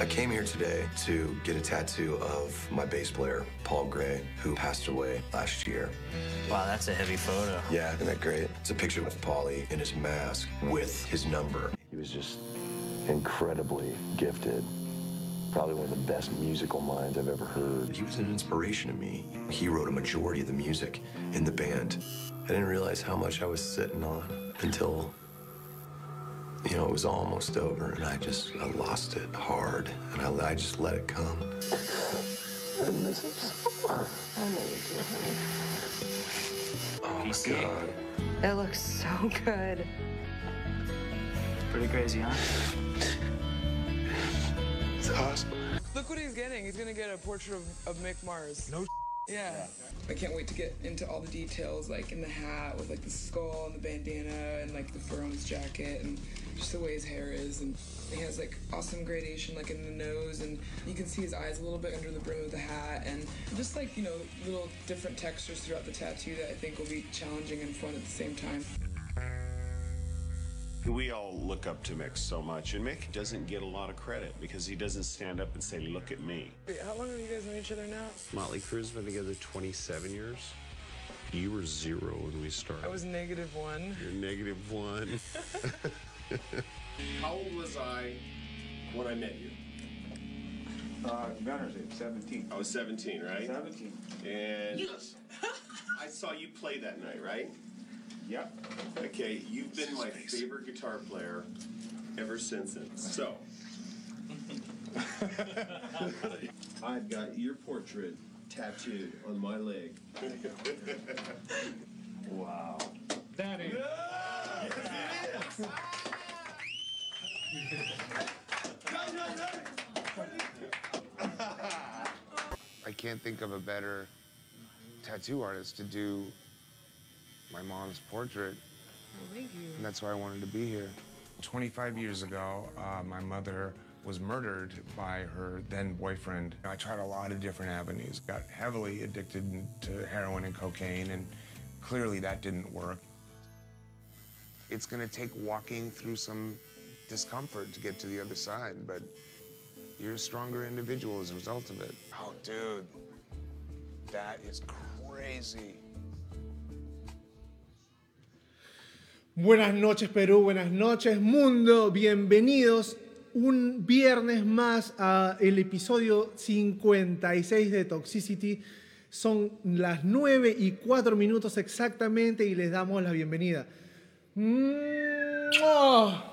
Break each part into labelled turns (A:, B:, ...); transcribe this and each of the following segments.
A: I came here today to get a tattoo of my bass player, Paul Gray, who passed away last year.
B: Wow, that's a heavy photo.
A: Yeah, isn't that great? It's a picture with Paulie in his mask with his number. He was just incredibly gifted. Probably one of the best musical minds I've ever heard. He was an inspiration to me. He wrote a majority of the music in the band. I didn't realize how much I was sitting on until, you know, it was almost over and I just, I lost it hard and I, I just let it come. Oh my God.
C: It looks so good.
B: Pretty crazy, huh?
A: It's awesome.
D: Look what he's getting. He's gonna get a portrait of, of Mick Mars. No. Yeah. I can't wait to get into all the details, like in the hat with like the skull and the bandana and like the fur on his jacket and just the way his hair is. And he has like awesome gradation, like in the nose, and you can see his eyes a little bit under the brim of the hat, and just like you know little different textures throughout the tattoo that I think will be challenging and fun at the same time.
E: We all look up to Mick so much, and Mick doesn't get a lot of credit because he doesn't stand up and say, Look at me.
D: Wait, how long have you guys known each other now?
E: Motley Crue's been together 27 years. You were zero when we started.
D: I was negative one.
E: You're negative one. How old was I when I met you?
F: Uh, Gunner's at 17.
E: I was 17, right?
F: 17.
E: And I saw you play that night, right?
F: Yep.
E: Okay, you've been my favorite guitar player ever since then. So,
F: I've got your portrait tattooed on my leg. wow.
G: I can't think of a better tattoo artist to do my mom's portrait. And that's why I wanted to be here.
H: 25 years ago, uh, my mother was murdered by her then boyfriend. I tried a lot of different avenues, got heavily addicted to heroin and cocaine, and clearly that didn't work.
G: It's gonna take walking through some discomfort to get to the other side, but you're a stronger individual as a result of it. Oh, dude, that is crazy.
I: Buenas noches Perú, buenas noches mundo, bienvenidos un viernes más a el episodio 56 de Toxicity. Son las 9 y 4 minutos exactamente y les damos la bienvenida. ¡Mua!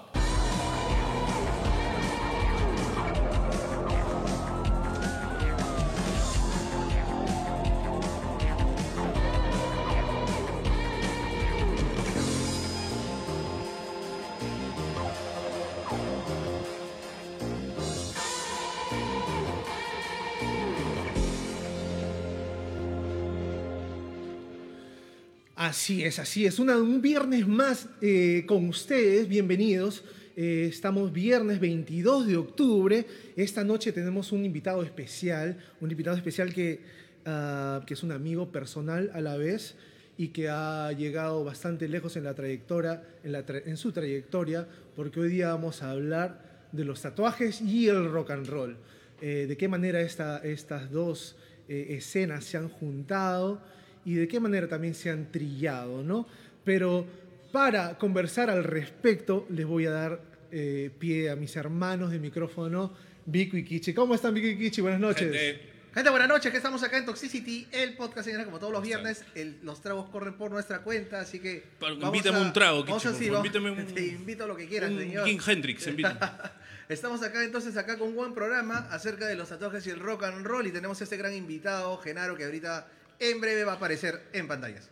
I: Así es, así es. Una- un viernes más eh, con ustedes, bienvenidos. Eh, estamos viernes 22 de octubre. Esta noche tenemos un invitado especial, un invitado especial que, ah, que es un amigo personal a la vez y que ha llegado bastante lejos en, la trayectoria, en, la tra- en su trayectoria, porque hoy día vamos a hablar de los tatuajes y el rock and roll. Eh, de qué manera esta- estas dos eh, escenas se han juntado y de qué manera también se han trillado, ¿no? Pero para conversar al respecto, les voy a dar eh, pie a mis hermanos de micrófono, Vico y Kichi. ¿Cómo están, Vico y Kichi? Buenas noches.
J: Gente, buenas noches, que estamos acá en Toxicity, el podcast, señores, como todos los viernes, el- los tragos corren por nuestra cuenta, así que...
K: Pa-
J: vamos
K: invítame
J: a-
K: un trago,
J: vamos
K: Kichi,
J: así,
K: por favor,
J: vamos-
K: invítame un-
J: Te invito a lo que quieras,
K: Un
J: señor.
K: King Hendrix, invita.
J: Estamos acá entonces, acá con un programa acerca de los tatuajes y el rock and roll, y tenemos este gran invitado, Genaro, que ahorita en breve va a aparecer en pantallas.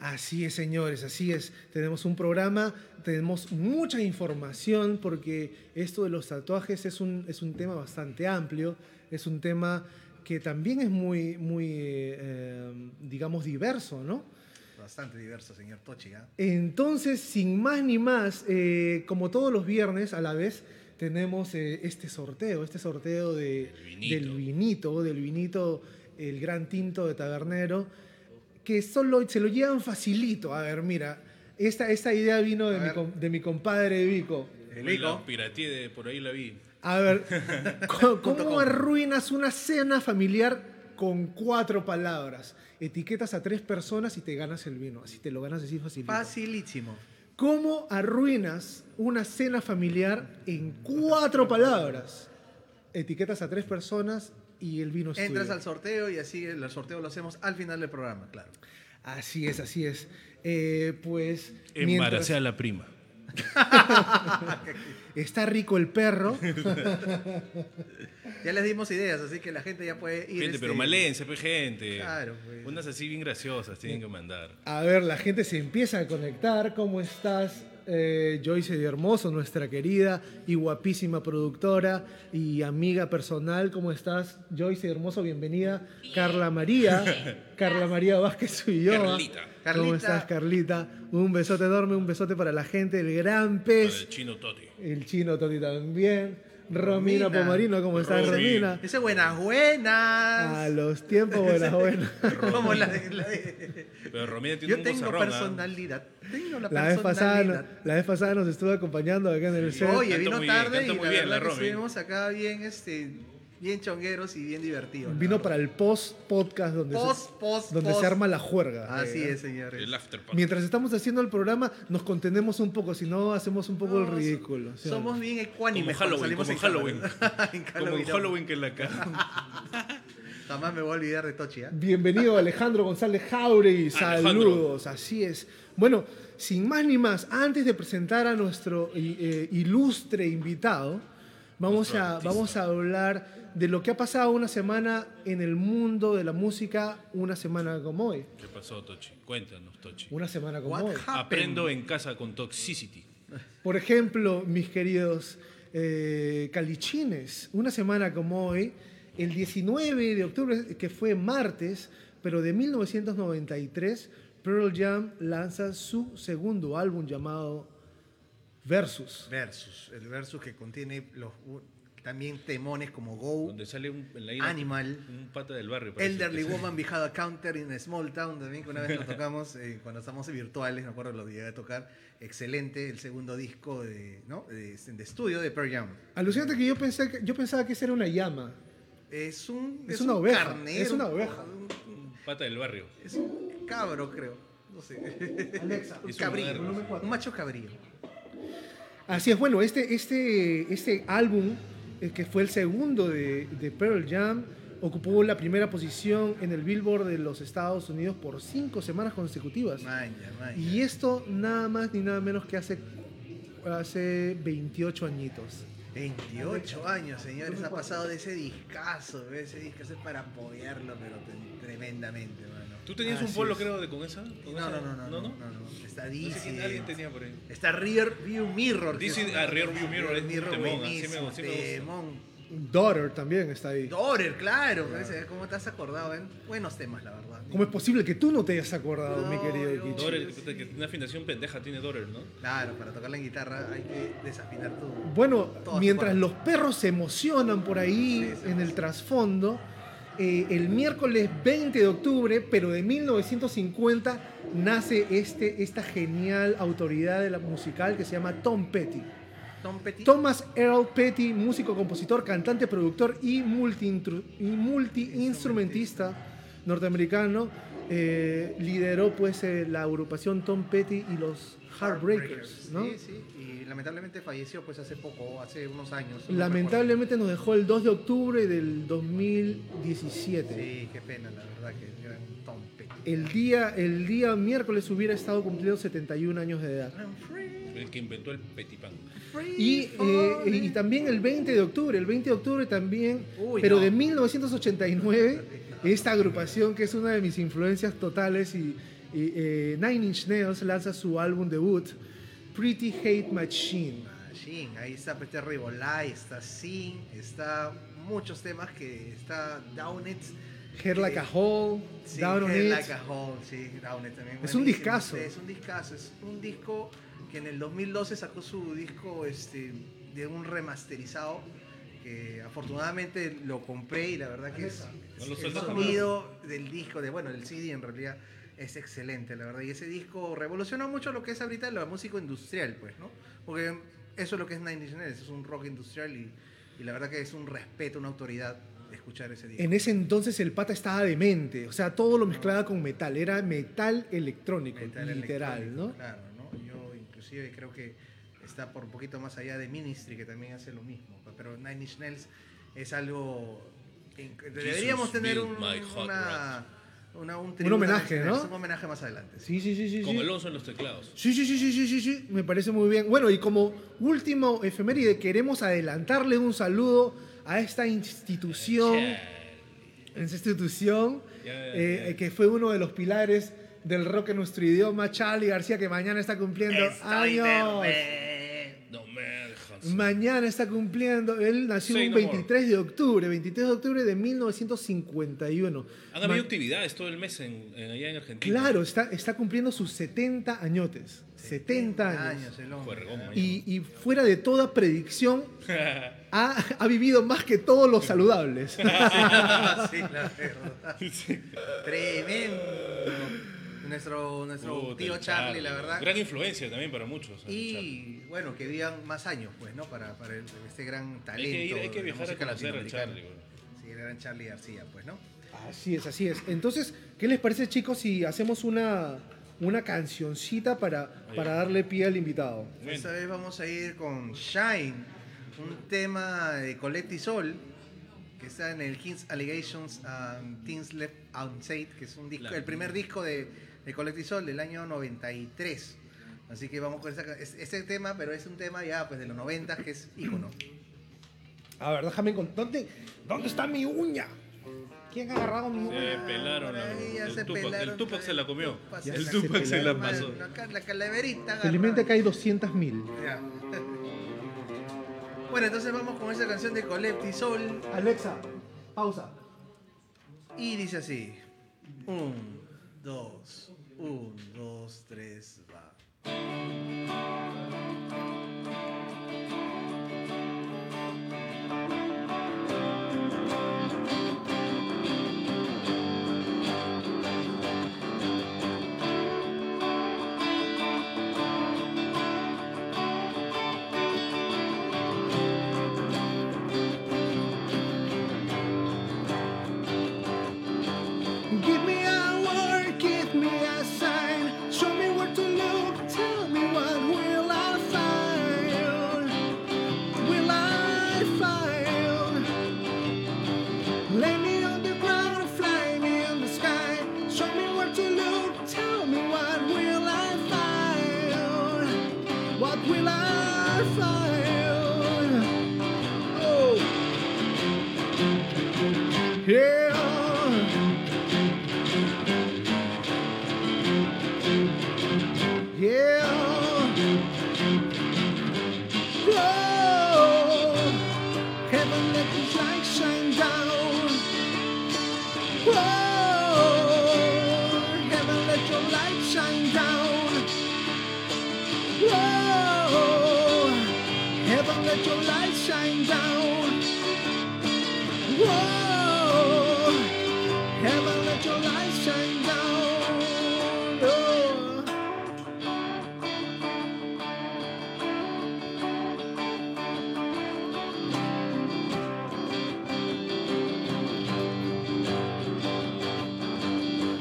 I: Así es, señores, así es. Tenemos un programa, tenemos mucha información porque esto de los tatuajes es un, es un tema bastante amplio, es un tema que también es muy, muy eh, eh, digamos, diverso, ¿no?
J: Bastante diverso, señor Tochi, ¿ah?
I: Entonces, sin más ni más, eh, como todos los viernes a la vez, tenemos eh, este sorteo, este sorteo de,
K: vinito.
I: del vinito, del vinito, el gran tinto de tabernero, que solo se lo llevan facilito. A ver, mira, esta, esta idea vino de mi,
J: ver.
I: com- de mi compadre Vico.
J: Eh, Rico.
K: La pirateé, de- por ahí la vi.
I: A ver, ¿cómo, cómo arruinas una cena familiar con cuatro palabras? Etiquetas a tres personas y te ganas el vino. Así te lo ganas así facilito.
J: Facilísimo.
I: ¿Cómo arruinas una cena familiar en cuatro palabras? Etiquetas a tres personas y el vino es
J: Entras
I: tuyo.
J: al sorteo y así el sorteo lo hacemos al final del programa, claro.
I: Así es, así es. Eh, pues...
K: Embaracé a
I: mientras-
K: la prima.
I: Está rico el perro.
J: Ya les dimos ideas, así que la gente ya puede ir.
K: Gente,
J: este,
K: pero malense, pues, gente.
J: Claro, pues.
K: Unas así bien graciosas tienen que mandar.
I: A ver, la gente se empieza a conectar. ¿Cómo estás? Eh, Joyce de Hermoso, nuestra querida y guapísima productora y amiga personal. ¿Cómo estás? Joyce de Hermoso, bienvenida. Carla María. Carla María Vázquez Suyo.
K: Carlita.
I: ¿Cómo
K: Carlita.
I: estás, Carlita? Un besote enorme, un besote para la gente, el gran pez.
K: El chino Toti.
I: El chino Toti también. Romina,
J: Romina.
I: Pomarino, ¿cómo estás, Romina?
J: Dice buenas, buenas.
K: Ah,
I: A los tiempos, buenas, buenas.
J: Como la de- la de-
K: Pero Romina tiene
J: Yo
K: un
J: tengo
K: vozarrón, ¿ah?
J: personalidad. Tengo la,
I: La vez, pasada,
J: personalidad.
I: no- la vez pasada nos estuvo acompañando acá en el set.
J: Oye, vino
K: muy bien,
J: tarde
K: canta
J: y
K: muy
J: la
K: bien la
J: verdad que
K: Romy.
J: estuvimos acá bien, este, bien chongueros y bien divertidos. la
I: Vino para el post-podcast donde,
J: Post,
I: se,
J: post,
I: donde
J: post.
I: se arma la juerga.
J: Así
I: Eh,
J: es, señores.
K: El after party.
I: Mientras estamos haciendo el programa, nos contenemos un poco, si no, hacemos un poco el
J: No,
I: ridículo. ¿sí o no?
J: Somos bien ecuánimes.
K: Como Halloween,
J: cuando
K: como
J: salimos en
K: Halloween.
J: cámara. En
K: Como en Halloween que la ca-
J: Jamás me voy a olvidar de Tochi, ¿ah?
I: Bienvenido Alejandro González Jauregui,
K: Alejandro.
I: saludos, así es. Bueno, sin más ni más, antes de presentar a nuestro eh, ilustre invitado, vamos
K: Nuestro
I: a,
K: artista.
I: vamos a hablar de lo que ha pasado una semana en el mundo de la música, una semana como hoy.
K: ¿Qué pasó, Tochi? Cuéntanos, Tochi.
I: Una semana como
J: What
I: hoy.
J: happened?
K: Aprendo en casa con Toxicity.
I: Por ejemplo, mis queridos eh, calichines, una semana como hoy, el 19 de octubre, que fue martes, pero de 1993, Pearl Jam lanza su segundo álbum llamado Versus.
J: Versus. El versus que contiene los, u- también temones como Go,
K: Donde sale un, en la isla-
J: Animal,
K: un pata del barrio. parece
J: Elderly
K: que sí.
J: Woman Behind a Counter in a Small Town, también que una vez lo tocamos eh, cuando estamos virtuales, me acuerdo lo llegué a tocar. Excelente, el segundo disco de, ¿no? de, de estudio de Pearl Jam.
I: Alucinante que yo pensé que yo pensaba que esa era una llama.
J: Es un,
I: Es una oveja,
J: carnero,
I: es una
J: un-
I: oveja.
J: un-
K: Pata del barrio.
J: es un cabro, creo. No sé.
I: Alexa,
J: un
K: Es un
J: cabrillo.
K: volumen
J: Un, macho cabrillo.
I: Así es, bueno, este, este, este álbum, eh, que fue el segundo de, de Pearl Jam, ocupó la primera posición en el Billboard de los Estados Unidos por cinco semanas consecutivas.
J: Maña, maña.
I: Y esto nada más ni nada menos que hace, hace 28 añitos.
J: 28 años, señores. Ha pasado de ese discazo. de Ese discazo es para apoyarlo, pero te- tremendamente, mano.
K: ¿Tú tenías un
I: Así
K: polo,
I: es.
K: creo, de con esa? ¿Con
J: Ah, No,
K: esa?
J: no, no,
K: ¿No,
J: no.
K: no?
J: Está
K: No sé quién- alguien
J: Dizzy.
K: tenía por ahí.
J: Está Rear View Mirror. que
K: Dizzy,
J: es-
K: ah, Rear View Mirror, es un temón, ah, sí me-
J: buenísimo,
K: sí me gusta.
J: temón.
I: Daughter también está ahí.
J: Dorer, claro. parece, ¿Cómo te has acordado? eh? Buenos temas, la verdad.
I: ¿Cómo es posible que tú no te hayas acordado, mi querido
J: No, yo-
I: Kichi?
K: Dorel, puta, que una afinación pendeja tiene Dorel, ¿no?
J: Claro, para tocar la guitarra hay que desafinar tu.
I: Bueno,
J: Todas se
I: mientras
J: guardan.
I: los perros se emocionan por ahí
J: Sí, se
I: en el trasfondo, eh, el miércoles 20 de octubre, pero de 1950, nace este, esta genial autoridad de la musical que se llama Tom Petty.
J: Tom Petty.
I: Thomas Earl Petty, músico, compositor, cantante, productor y multi-intru- y multi-instrumentista norteamericano, eh, lideró pues eh, la agrupación Tom Petty y los Heartbreakers, ¿no?
J: Sí, sí. Y lamentablemente falleció pues hace poco, hace unos años. no
I: Lamentablemente nos dejó el 2 de octubre del 2017.
J: recuerdo. Sí, qué pena, la verdad, que el gran Tom Petty.
I: El, día, el día miércoles hubiera estado cumpliendo 71 años de edad.
J: I'm free,
K: El que inventó el petipan.
J: free
I: Y, eh,
J: falling.
I: y también el 20 de octubre, el 20 de octubre también,
J: Uy,
I: pero
J: no.
I: de 1989, esta agrupación que es una de mis influencias totales y, y, eh, Nine Inch Nails lanza su álbum debut, Pretty Hate Machine.
J: Machine, ahí está Peter Ribolai, está Sin, está muchos temas que está Downit.
I: Hair
J: Eh,
I: Like a Hole,
J: Sí,
I: Down on
J: Head
I: It.
J: Like a Hole, sí, Down It también.
I: Es un
J: buenísimo.
I: discazo.
J: Sí, Es un discazo, es un disco que en el 2012 sacó su disco este, de un remasterizado que afortunadamente lo compré y la verdad que es,
K: No lo
J: el
K: sueltas.
J: sonido del disco, de bueno, del CD en realidad es excelente, la verdad. Y ese disco revolucionó mucho lo que es ahorita la música industrial, pues, ¿no? Porque eso es lo que es Nine Inch Nails, es un rock industrial y, y la verdad que es un respeto, una autoridad escuchar ese disco.
I: En ese entonces el pata estaba demente, o sea, todo lo mezclaba con metal, era metal electrónico,
J: Metal
I: literal,
J: electrónico,
I: ¿no?
J: Claro, ¿no? Yo inclusive creo que está por un poquito más allá de Ministry, que también hace lo mismo, pero Nine Inch Nails es algo... en- deberíamos tener
K: built
J: un,
K: my hot
J: una, una- un,
I: Un
J: tributo a Nine Inch
I: homenaje,
J: Nails,
I: ¿no?
J: Un homenaje más adelante.
I: Sí, sí, sí, sí.
K: Con
I: sí.
K: Alonso en los teclados.
I: Sí, sí, sí, sí, sí, sí, sí, me parece muy bien. Bueno, y como último efeméride, queremos adelantarle un saludo a esta institución, a esta institución
K: Ya, ya,
I: eh, que fue uno de los pilares del rock en nuestro idioma, Charlie García, que mañana está cumpliendo
K: Estoy
I: años.
K: No me dejan.
I: Mañana está cumpliendo, él nació
K: Say
I: un
K: no more.
I: 23 de octubre, 23 de octubre de 1951.
K: Han habido actividades todo el mes en, en- allá en Argentina.
I: Claro, está, está cumpliendo sus 70 añotes. 70 años.
J: el
K: Juergón, mañana.
I: Y, y fuera de toda predicción, ha, ha vivido más que todos los saludables.
J: sí, la verdad. Tremendo. Nuestro, nuestro
K: Puta,
J: tío
K: el
J: Charlie, la verdad.
K: Gran influencia también para muchos. el Charlie.
J: Y bueno, que vivan más años, pues, ¿no? Para, para el- este gran
K: Hay
J: talento.
K: que, ir, hay que
J: de la
K: viajar a
J: música
K: conocer al
J: latinoamericana.
K: Charlie. güey.
J: Sí, el gran Charlie García, pues, ¿no?
I: así es, así es. Entonces, ¿qué les parece, chicos, si hacemos una, una cancioncita para, para darle pie al invitado?
J: Esta vez vamos a ir con Shine, un tema de Colette y Sol, que está en el King's Allegations and Things Left Unsaid, que es un disco,
K: Claro.
J: el primer disco de, de Colette y Sol del año 93. Así que vamos con esa, es- ese tema, pero es un tema ya pues de los 90 que es ícono.
I: A ver, déjame con... ¿Dónde, ¿Dónde está mi uña? ¿Quién ha agarrado mi
K: Se
I: uña?
K: pelaron. la-
J: Ahí Ah, ya
K: el,
J: se
K: Tupac,
J: pelaron,
K: el Tupac se la comió.
J: Ya
K: el
J: se
K: Tupac se la
I: pelaron.
K: pasó.
J: La, ca- la calaverita.
I: Felizmente acá hay 200 mil.
J: Ya. Bueno, entonces vamos con esa canción de Colette y Sol.
I: Alexa, pausa.
J: Y dice así. Un, dos, un, dos, tres, va.
I: Give me a word, give me a sign. Show me where to look, tell me what will I find. Will I find? Lay me on the ground, fly me in the sky. Show me where to look, tell me what will I find. What will I find? Oh, yeah. Yeah. Whoa. Heaven let His light shine down. Whoa. Heaven let your light shine down. Whoa. Heaven let your light shine down. Whoa. Heaven let your light shine down. Oh.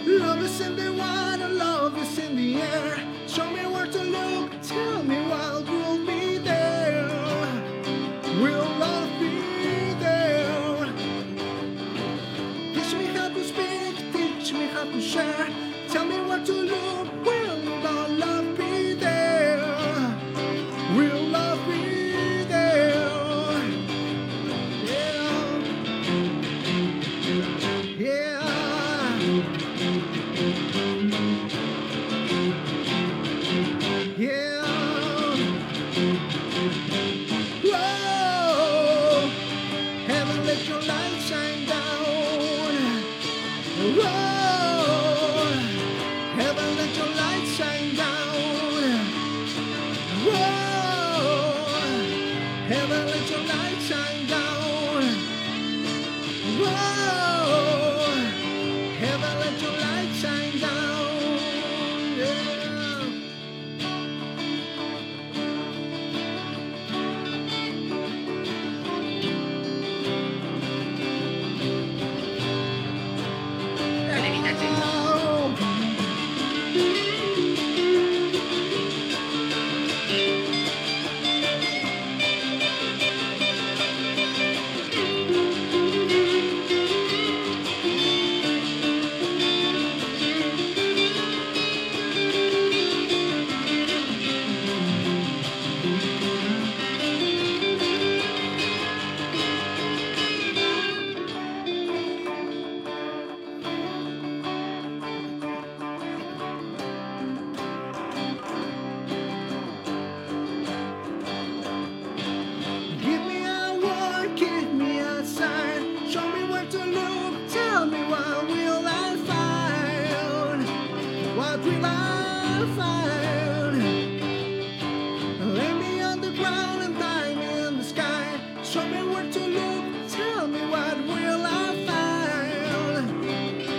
I: Love is in the water, love is in the air. Show me where to look, tell me what will be there. Will love be there? Teach me how to speak, teach me how to share. Tell me where to look, will the love be there? Will love be there? Yeah. Yeah. Yeah. Whoa. Heaven, let your light shine down. Whoa. Heaven, let your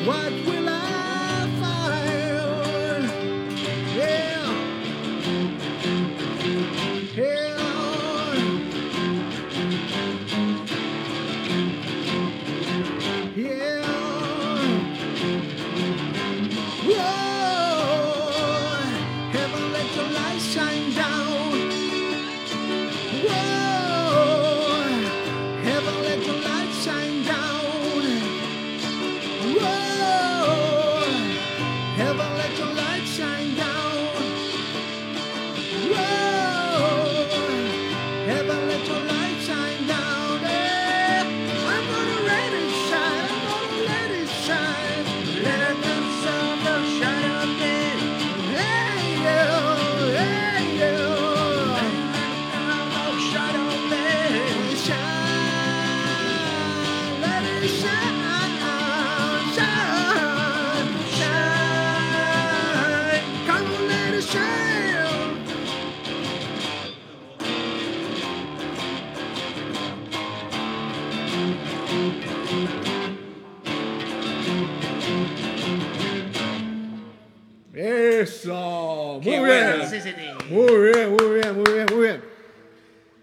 L: What will I find? Yeah. Yeah. Yeah. Whoa. Heaven, let your light shine down. Whoa. Heaven, let your light shine down. Whoa, heaven let your light shine down. Whoa, heaven let your light shine down. Eh, I'm gonna let it shine. I'm gonna let it shine. Let the sun shine on me. Hey yo, hey yo. Shine on me. Shine, let it shine, shine, shine. Come on, let it shine.
I: Eso. Muy
L: Qué
I: bien.
L: bueno, sí, sí, sí.
I: Muy bien, muy bien, muy bien, muy bien.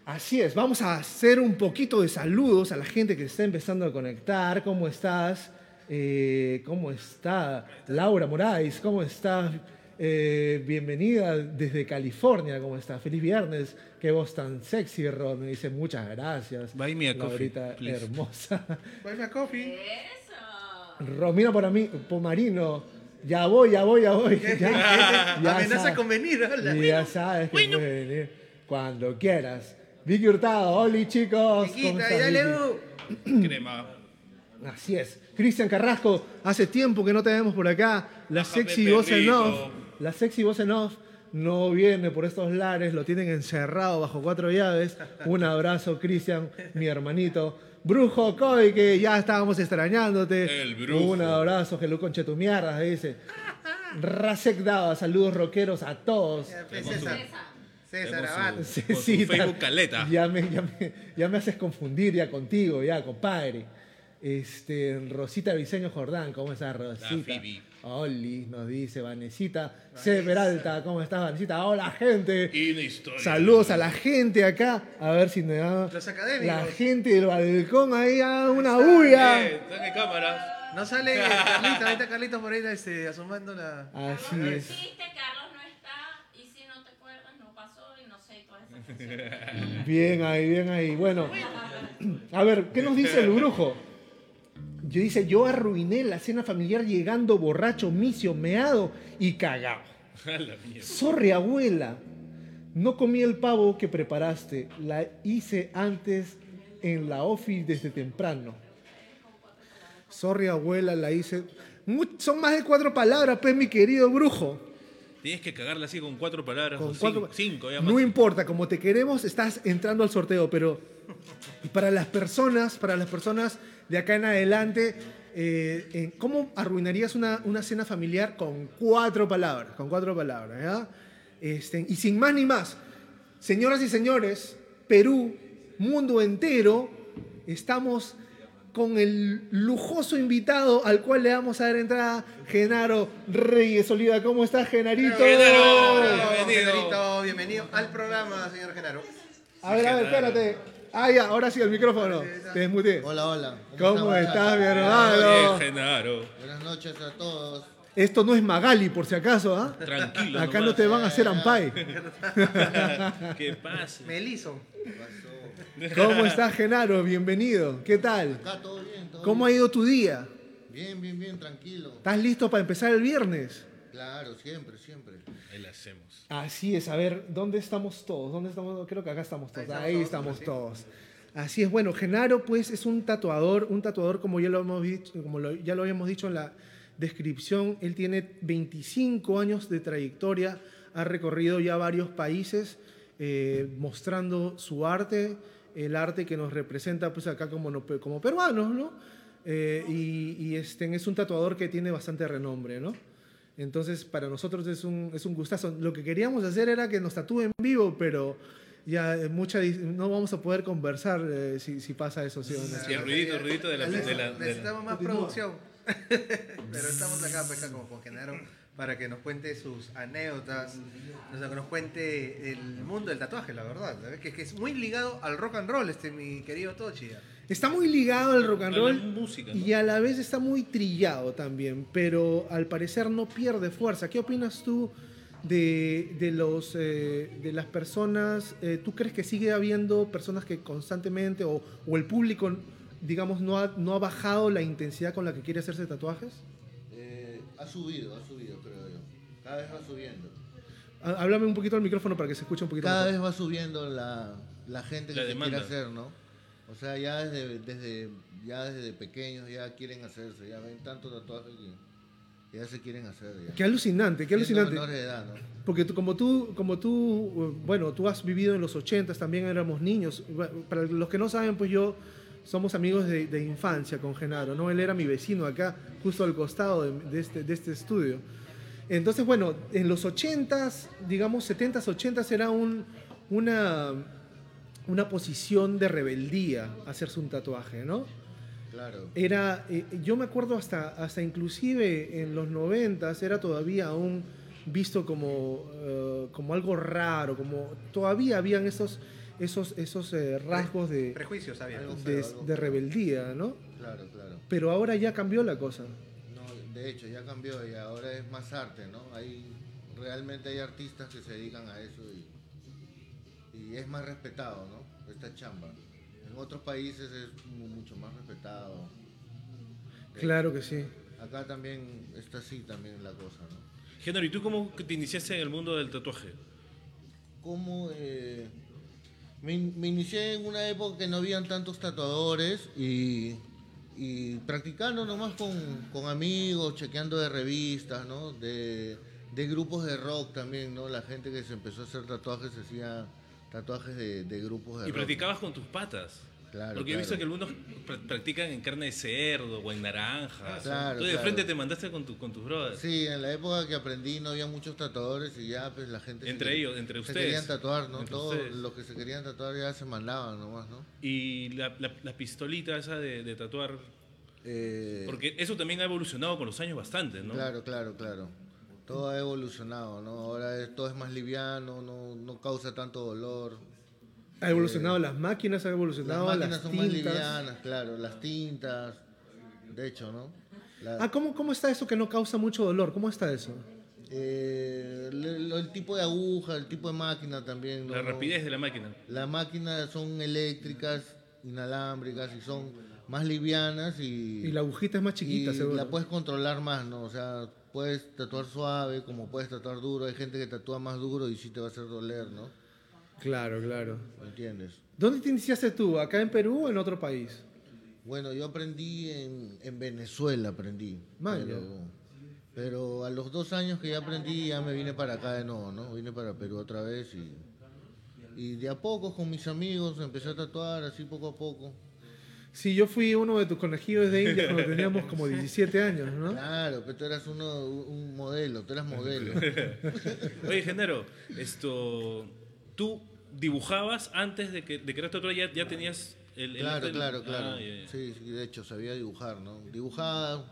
I: Así es, vamos a hacer un poquito de saludos a la gente que está empezando a conectar. ¿Cómo estás? Eh, ¿Cómo está Laura Moraes? ¿Cómo estás? Eh, bienvenida desde California, ¿cómo estás? Feliz viernes, qué voz tan sexy, Ron. Me dice muchas gracias.
K: Buy me a coffee,
I: Laurita
K: please.
I: hermosa.
J: Buy me a coffee.
I: Romina por mí, Pomarino. Ya voy, ya voy, ya voy. Ya,
J: Amenaza
I: sabes.
J: con venir, hola.
I: Ya
J: Bueno,
I: sabes que puedes venir cuando quieras. Vicky Hurtado, Oli chicos. ¿cómo
J: Chiquita,
I: estás,
J: dale,
I: Vicky?
J: Edu.
K: Crema.
I: Así es. Cristian Carrasco, hace tiempo que no te vemos por acá. La sexy
K: Ah, Pepe
I: voz en
K: Rico.
I: off. La sexy voz en off no viene por estos lares, lo tienen encerrado bajo cuatro llaves. Un abrazo, Cristian, mi hermanito. Brujo Coy, que ya estábamos extrañándote.
K: El brujo.
I: Un abrazo, Gelú Conche, tu mierda, dice. Rasek Dava, saludos rockeros a todos.
J: César. César,
K: Hermoso.
J: Abad.
I: Sí,
K: Con su
I: sí,
K: Facebook
I: ta-
K: caleta.
I: Ya me, ya, me, ya me haces confundir ya contigo, ya, compadre. Este, Rosita Viseño Jordán, ¿cómo estás, Rosita?
K: Phoebe.
I: Oli, nos dice Vanesita. C. Peralta, ¿cómo estás, Vanesita? Hola, gente.
K: Y una historia.
I: Saludos a la gente acá. A ver si me da.
J: Los académicos.
I: La gente del balcón ahí, ah, una
K: Eh,
I: bulla.
K: están en cámaras.
J: No sale Carlitos, ahorita Carlitos por ahí este, asomando la.
I: Así
J: No
I: es.
M: Carlos no está, y si no te acuerdas, no pasó, y no sé todas esas cosas.
I: Bien ahí, bien ahí. Bueno, a ver, ¿qué nos dice el brujo? Yo dice, yo arruiné la cena familiar llegando borracho, misio, meado y cagado.
K: A la mierda.
I: Sorry, abuela. No comí el pavo que preparaste. La hice antes en la office desde temprano. Sorry, abuela, la hice. Mu- son más de cuatro palabras, pues, mi querido brujo.
K: Tienes que cagarla así con cuatro palabras.
I: Con
K: o
I: cuatro-
K: cinco, cinco, ya
I: No
K: más.
I: importa, como te queremos, estás entrando al sorteo, pero para las personas, para las personas de acá en adelante, eh, en- ¿cómo arruinarías una, una cena familiar con cuatro palabras? Con cuatro palabras, ¿ya? Este, y sin más ni más, señoras y señores, Perú, mundo entero, estamos con el lujoso invitado al cual le vamos a dar entrada, Genaro Reyes Oliva. ¿Cómo estás, Genarito?
J: Bravo,
K: Bienvenido.
J: Genarito, bienvenido al programa, señor Genaro.
I: A ver, a ver, espérate. Ah, ya, ahora sí, el micrófono. Te desmuteé.
N: Hola, hola.
I: ¿Cómo estás, mi hermano?
K: Bien, eh, Genaro.
N: Buenas noches a todos.
I: Esto no es Magali, por si acaso, ¿ah?
K: Tranquilo
I: Acá
K: nomás.
I: no te van a hacer ampay.
K: ¿Qué pasa?
J: Melizo.
I: ¿Cómo estás, Genaro? Bienvenido. ¿Qué tal?
N: Acá todo bien, todo
I: ¿Cómo ha ido tu día?
N: bien, bien, bien, tranquilo.
I: ¿Estás listo para empezar el viernes?
N: Claro, siempre, siempre.
K: Ahí la hacemos.
I: Así es, a ver, ¿dónde estamos todos? ¿Dónde estamos? Creo que acá estamos todos. Ahí estamos todos. Así es, bueno, Genaro pues es un tatuador, un tatuador como ya lo hemos dicho, como lo- ya lo habíamos dicho en la descripción, él tiene 25 años de trayectoria, ha recorrido ya varios países eh, mostrando su arte, el arte que nos representa pues acá como, no- como peruanos, ¿no? Eh, y y este, es un tatuador que tiene bastante renombre, ¿no? Entonces, para nosotros es un, es un gustazo. Lo que queríamos hacer era que nos tatúen vivo, pero ya eh, mucha, dis- no vamos a poder conversar eh, si, si pasa eso. ¿sí o no?
K: Y el ruidito, el ruidito de la. De la, de la-
J: Necesitamos más producción.
O: Pero estamos acá, pesca con Juan Genaro, para que nos cuente sus anécdotas, o sea, que nos cuente el mundo del tatuaje, la verdad. ¿sabes? Que, que es muy ligado al rock and roll, este mi querido Tochi. ya.
I: Está muy ligado al rock and
O: A la
I: roll
O: música,
I: y a la vez está muy trillado también, pero al parecer no pierde fuerza. ¿Qué opinas tú de, de los, eh, de las personas? eh, ¿Tú crees que sigue habiendo personas que constantemente o, o el público, digamos, no ha, no ha bajado la intensidad con la que quiere hacerse tatuajes?
J: Eh, ha subido, ha subido, creo yo. Cada vez va subiendo.
I: Há- Háblame un poquito al micrófono para que se escuche un poquito
J: Cada
I: mejor.
J: vez va subiendo la, la gente que
I: La
J: se
I: demanda.
J: quiere hacer, ¿no? O sea, ya desde, desde, ya desde pequeños ya quieren hacerse, ya ven tanto tatuaje que ya se quieren hacer. Ya.
I: Qué alucinante, qué
J: Siendo
I: alucinante.
J: menores de edad, ¿no?
I: Porque tú, como tú, como tú, eh, bueno, tú has vivido en los 80, también éramos niños. Bu- Para los que no saben, pues yo somos amigos de, de infancia con Genaro, ¿no? Él era mi vecino acá, justo al costado de, de este, de este estudio. Entonces, bueno, en los 80s, digamos 70s, 80s era un, una, una posición de rebeldía hacerse un tatuaje, ¿no?
J: Claro.
I: Era, eh, yo me acuerdo hasta, hasta inclusive en los 90 era todavía aún visto como, eh, como algo raro, como todavía habían esos, esos, esos eh, rasgos de,
O: Prejuicios había.
I: de, de rebeldía, ¿no?
J: Claro, claro.
I: Pero ahora ya cambió la cosa.
J: No, de hecho, ya cambió y ahora es más arte, ¿no? Hay, realmente hay artistas que se dedican a eso y, y es más respetado, ¿no? Esta chamba. En otros países es mu- mucho más respetado.
I: Claro que sí.
J: Acá también está así también la cosa, ¿no?
K: Genaro, ¿y tú cómo te iniciaste en el mundo del tatuaje?
J: Como eh, me, in- me inicié en una época que no habían tantos tatuadores y, y practicando nomás con, con amigos, chequeando de revistas, ¿no? De, de grupos de rock también, ¿no? La gente que se empezó a hacer tatuajes hacía tatuajes de, de grupos de
K: Y
J: rock.
K: practicabas con tus patas.
J: Claro,
K: Porque he visto
J: claro.
K: que algunos pra- practican en carne de cerdo o en naranja.
J: Ah, Claro,
K: Tú de
J: claro.
K: frente te mandaste con, tu, con tus brothers.
J: Sí, en la época que aprendí no había muchos tatuadores y ya pues la gente... se
K: Entre
J: quería-
K: ellos, entre
J: Se
K: ustedes.
J: querían tatuar, ¿no?
K: Entre
J: Todos
K: ustedes.
J: los que se querían tatuar ya se mandaban nomás, ¿no?
K: Y la, la- la pistolita esa de, de tatuar.
J: Eh,
K: Porque eso también ha evolucionado con los años bastante, ¿no?
J: Claro, claro, claro. Todo ha evolucionado, ¿no? Ahora es- todo es más liviano, no, no causa tanto dolor.
I: Ha evolucionado las máquinas, ha
J: Las
I: evolucionado
J: máquinas
I: las,
J: son más
I: tintas.
J: livianas, claro, las tintas, de hecho, ¿no? La-
I: Ah, ¿cómo, ¿cómo está eso que no causa mucho dolor? ¿Cómo está eso?
J: eh, le- lo- el tipo de aguja, el tipo de máquina también. ¿no?
K: La rapidez de la máquina.
J: Las máquinas son eléctricas, inalámbricas y son más livianas y...
I: Y la agujita es más chiquita,
J: y
I: seguro.
J: la puedes controlar más, ¿no? O sea, puedes tatuar suave, como puedes tatuar duro. Hay gente que tatúa más duro y sí te va a hacer doler, ¿no?
I: Claro, claro.
J: ¿Me entiendes?
I: ¿Dónde te iniciaste tú? ¿Acá en Perú o en otro país?
J: Bueno, yo aprendí en, en Venezuela, aprendí.
I: Mano.
J: Pero, pero a los dos años que ya aprendí, ya me vine para acá de nuevo, ¿no? Vine para Perú otra vez y, y de a poco con mis amigos empecé a tatuar, así poco a poco.
I: Sí, yo fui uno de tus conejillos de India cuando teníamos como 17 años, ¿no?
J: Claro, pero tú eras uno, un modelo, tú eras modelo.
K: Oye, Genaro, esto. ¿Tú dibujabas antes de que, de que eras tatuador? Ya, ya tenías el. el arte
J: Claro,
K: del-
J: claro, claro.
K: Ah, ya, ya.
J: Sí, sí, de hecho sabía dibujar, ¿no? Dibujaba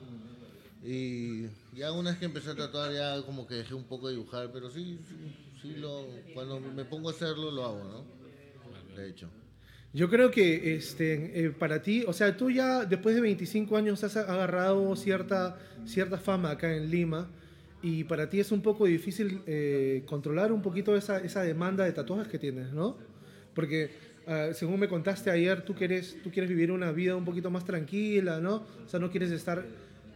J: y ya una vez que empecé a tatuar ya como que dejé un poco de dibujar, pero sí, sí, sí lo, cuando me pongo a hacerlo lo hago, ¿no? De hecho.
I: Yo creo que este, eh, para ti, o sea, tú ya después de 25 años has agarrado cierta, cierta fama acá en Lima y para ti es un poco difícil eh, controlar un poquito esa, esa demanda de tatuajes que tienes, ¿no? Porque ah, según me contaste ayer, tú quieres, tú quieres vivir una vida un poquito más tranquila, ¿no? O sea, no quieres estar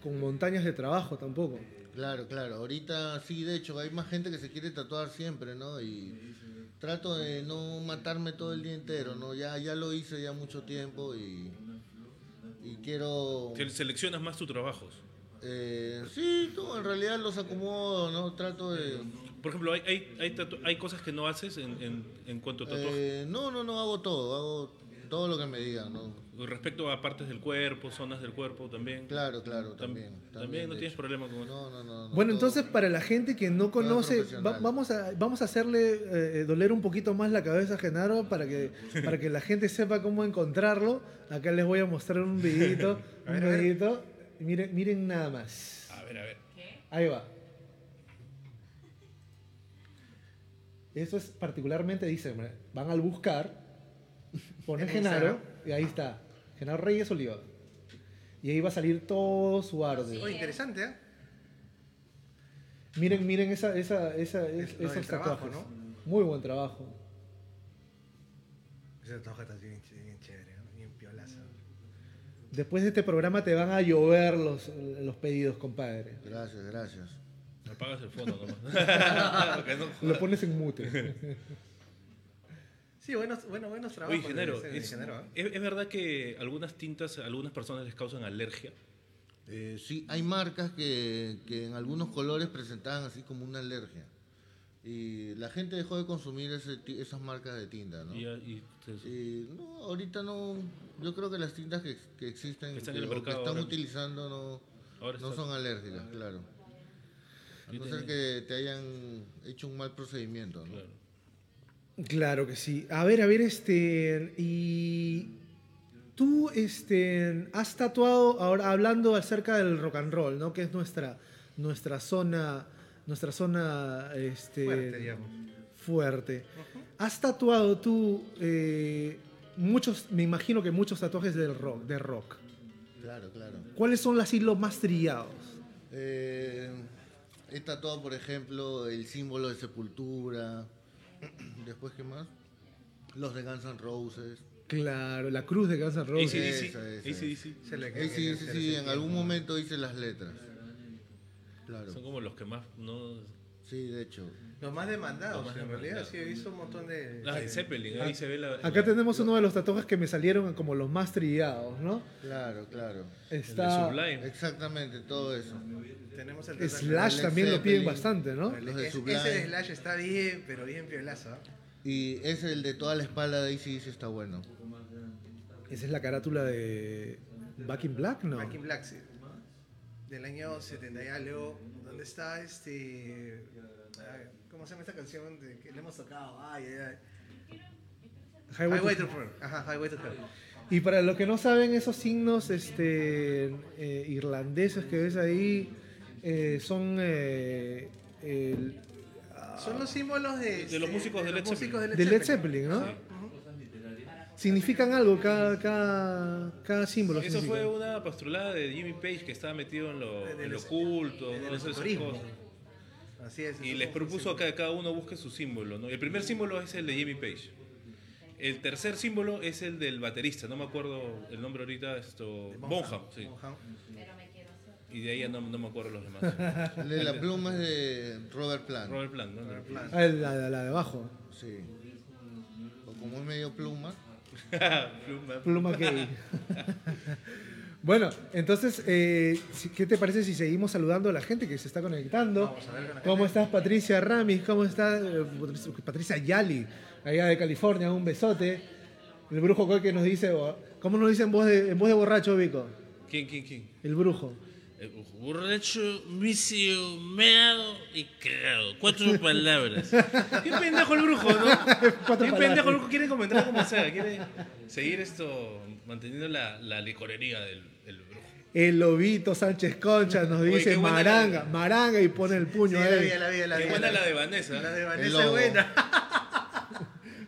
I: con montañas de trabajo tampoco.
J: Claro, claro. Ahorita sí, de hecho, hay más gente que se quiere tatuar siempre, ¿no? Y trato de no matarme todo el día entero, ¿no? Ya, ya lo hice ya mucho tiempo y, y quiero...
K: Te Seleccionas más tus trabajos.
J: eh, sí, tú, en realidad los acomodo, ¿no? Trato de...
K: Por ejemplo, hay, hay, hay, tatu- hay cosas que no haces en, en, en cuanto a tatuajes.
J: Eh, no, no, no, hago todo, hago todo lo que me digan, ¿no?
K: Respecto a partes del cuerpo, zonas del cuerpo también.
J: Claro, claro,
K: Tam-
J: también.
K: También, no
J: de
K: tienes
J: hecho.
K: problema con eso.
J: No, no, no.
I: Bueno, entonces para la gente que no conoce, va-
J: profesional.
I: vamos, a, vamos a hacerle eh, eh, doler un poquito más la cabeza a Genaro para que, para que la gente sepa cómo encontrarlo. Acá les voy a mostrar un videito. un videito. miren, miren nada más.
K: A ver, a ver.
I: Ahí va. Esto es particularmente, dicen, mira, van al buscar, ponen
J: En
I: Genaro,
J: Instagram.
I: y ahí está, Genaro Reyes Oliva. Y ahí va a salir todo su arte.
J: Oye, interesante, ¿eh?
I: Miren, miren esa, esa, esa, es-
J: lo del
I: esos
J: trabajo,
I: tatuajes.
J: ¿no?
I: Muy buen trabajo.
J: Ese tatuaje está bien, ch- bien chévere, ¿no? bien piolazo.
I: Después de este programa te van a llover los, los pedidos, compadre.
N: Gracias, gracias.
K: Apagas el fondo nomás. Porque no
I: Lo
K: jodas.
I: pones en mute.
J: Sí, buenos, bueno, buenos trabajos.
K: Oye, Genaro,
J: de- de
K: es,
J: Genaro, ¿eh?
K: es- es verdad que algunas tintas a algunas personas les causan alergia?
N: Eh, sí, hay marcas que, que en algunos colores presentaban así como una alergia. Y la gente dejó de consumir ese ti- esas marcas de tinta, ¿no?
K: Y, y-
N: Y no, ahorita no. Yo creo que las tintas que, que existen
K: Que
N: que,
K: están en el
N: o que
K: mercado
N: están
K: ahora.
N: utilizando no,
K: Ahora
N: no
K: está-
N: son alérgicas, claro. A
K: Yo
N: no ser
K: tenía-
N: que te hayan hecho un mal procedimiento, ¿no?
I: Claro que sí. A ver, a ver, este. Y. Tú, este. Has tatuado, ahora hablando acerca del rock and roll, ¿no? Que es nuestra, nuestra zona. Nuestra zona. Este,
J: Fuerte, digamos.
I: Fuerte. Has tatuado tú. eh, muchos. Me imagino que muchos tatuajes del rock, de rock.
N: Claro, claro.
I: ¿Cuáles son las hilos más trillados?
N: Eh, he tatuado, por ejemplo, el símbolo de Sepultura. Después, ¿qué más? Los de Guns N' Roses.
I: Claro, la cruz de Guns N' Roses.
N: Esa, esa.
J: Se le-
N: AC/DC,
J: se le-
N: sí, en algún momento hice las letras. Claro.
K: Son como los que más no.
N: Sí, de hecho.
J: Los más
K: Los
J: demandados,
K: más
J: en realidad,
K: demandados.
J: sí, he visto un montón de.
K: Ah, de Zeppelin, ahí se ve la.
I: Acá tenemos uno de los tatuajes que me salieron como los más trillados, ¿no?
N: Claro, claro.
I: Está-
N: Exactamente, todo eso.
J: Tenemos
I: el Slash tatuaje. también lo piden bastante, ¿no?
N: Los de
J: Es- ese de
N: Sublime.
J: Slash está bien, pero bien piolazo. ¿eh?
N: Y es el de toda la espalda de AC/DC está bueno.
I: Esa es la carátula de Back in Black, ¿no?
J: Back in Black, sí. Del año 70 y algo. ¿Dónde está este. ay, ¿Cómo se llama esta canción de- que le hemos tocado? Ay, ay, ay.
I: Highway
J: Highway,
I: to-
J: to Hell. Ajá, Highway to Hell.
I: Y para los que no saben, esos signos este, eh, irlandeses que ves ahí eh, son eh, el-
J: Son los símbolos de.
K: Ah. De los músicos de Led
J: músicos
I: de Led Zeppelin, ¿no? Significan algo cada, cada, cada símbolo.
K: Eso
I: significa.
K: fue una pastrulada de Jimmy Page que estaba metido en lo, en
J: el
K: lo
J: es-
K: oculto,
J: en
K: ¿no?
J: el
K: Esas
J: esoterismo.
K: cosas.
J: Así es.
K: Y les propuso que cada uno busque su símbolo. ¿no? El primer símbolo es el de Jimmy Page. El tercer símbolo es el del baterista, no me acuerdo el nombre ahorita, esto Bonham, sí. Y de ahí ya no, no me acuerdo los demás.
N: El de la pluma es de Robert Plant.
K: Robert Plant, ¿no?
I: Ah, la, la- la de abajo.
N: Sí. O como es medio pluma.
K: Ah, Pluma.
I: Pluma gay. bueno, entonces, eh, si- ¿qué te parece si seguimos saludando a la gente que se está conectando? ¿Cómo estás, Patricia Ramis? ¿Cómo estás, eh, Patricia Yali, allá de California? Un besote. El brujo Coy que nos dice, oh, ¿cómo nos dice en voz de, en voz de borracho, Vico?
K: ¿Quién, quién, quién?
I: El brujo.
P: Eh, Borracho, vicio, meado y cagado. Cuatro palabras.
K: Qué pendejo el brujo, ¿no? Qué pendejo el brujo quiere comentar como sea, quiere seguir esto manteniendo la, la licorería del, del brujo.
I: El lobito Sánchez Concha nos
K: Oye,
I: dice
K: qué buena
I: maranga, maranga y pone el puño.
J: la
I: ahí.
J: vi, la vi, la
K: Qué
J: vi.
K: buena la de Vanessa.
J: La de
I: El
J: Vanessa
I: lobo.
J: es buena.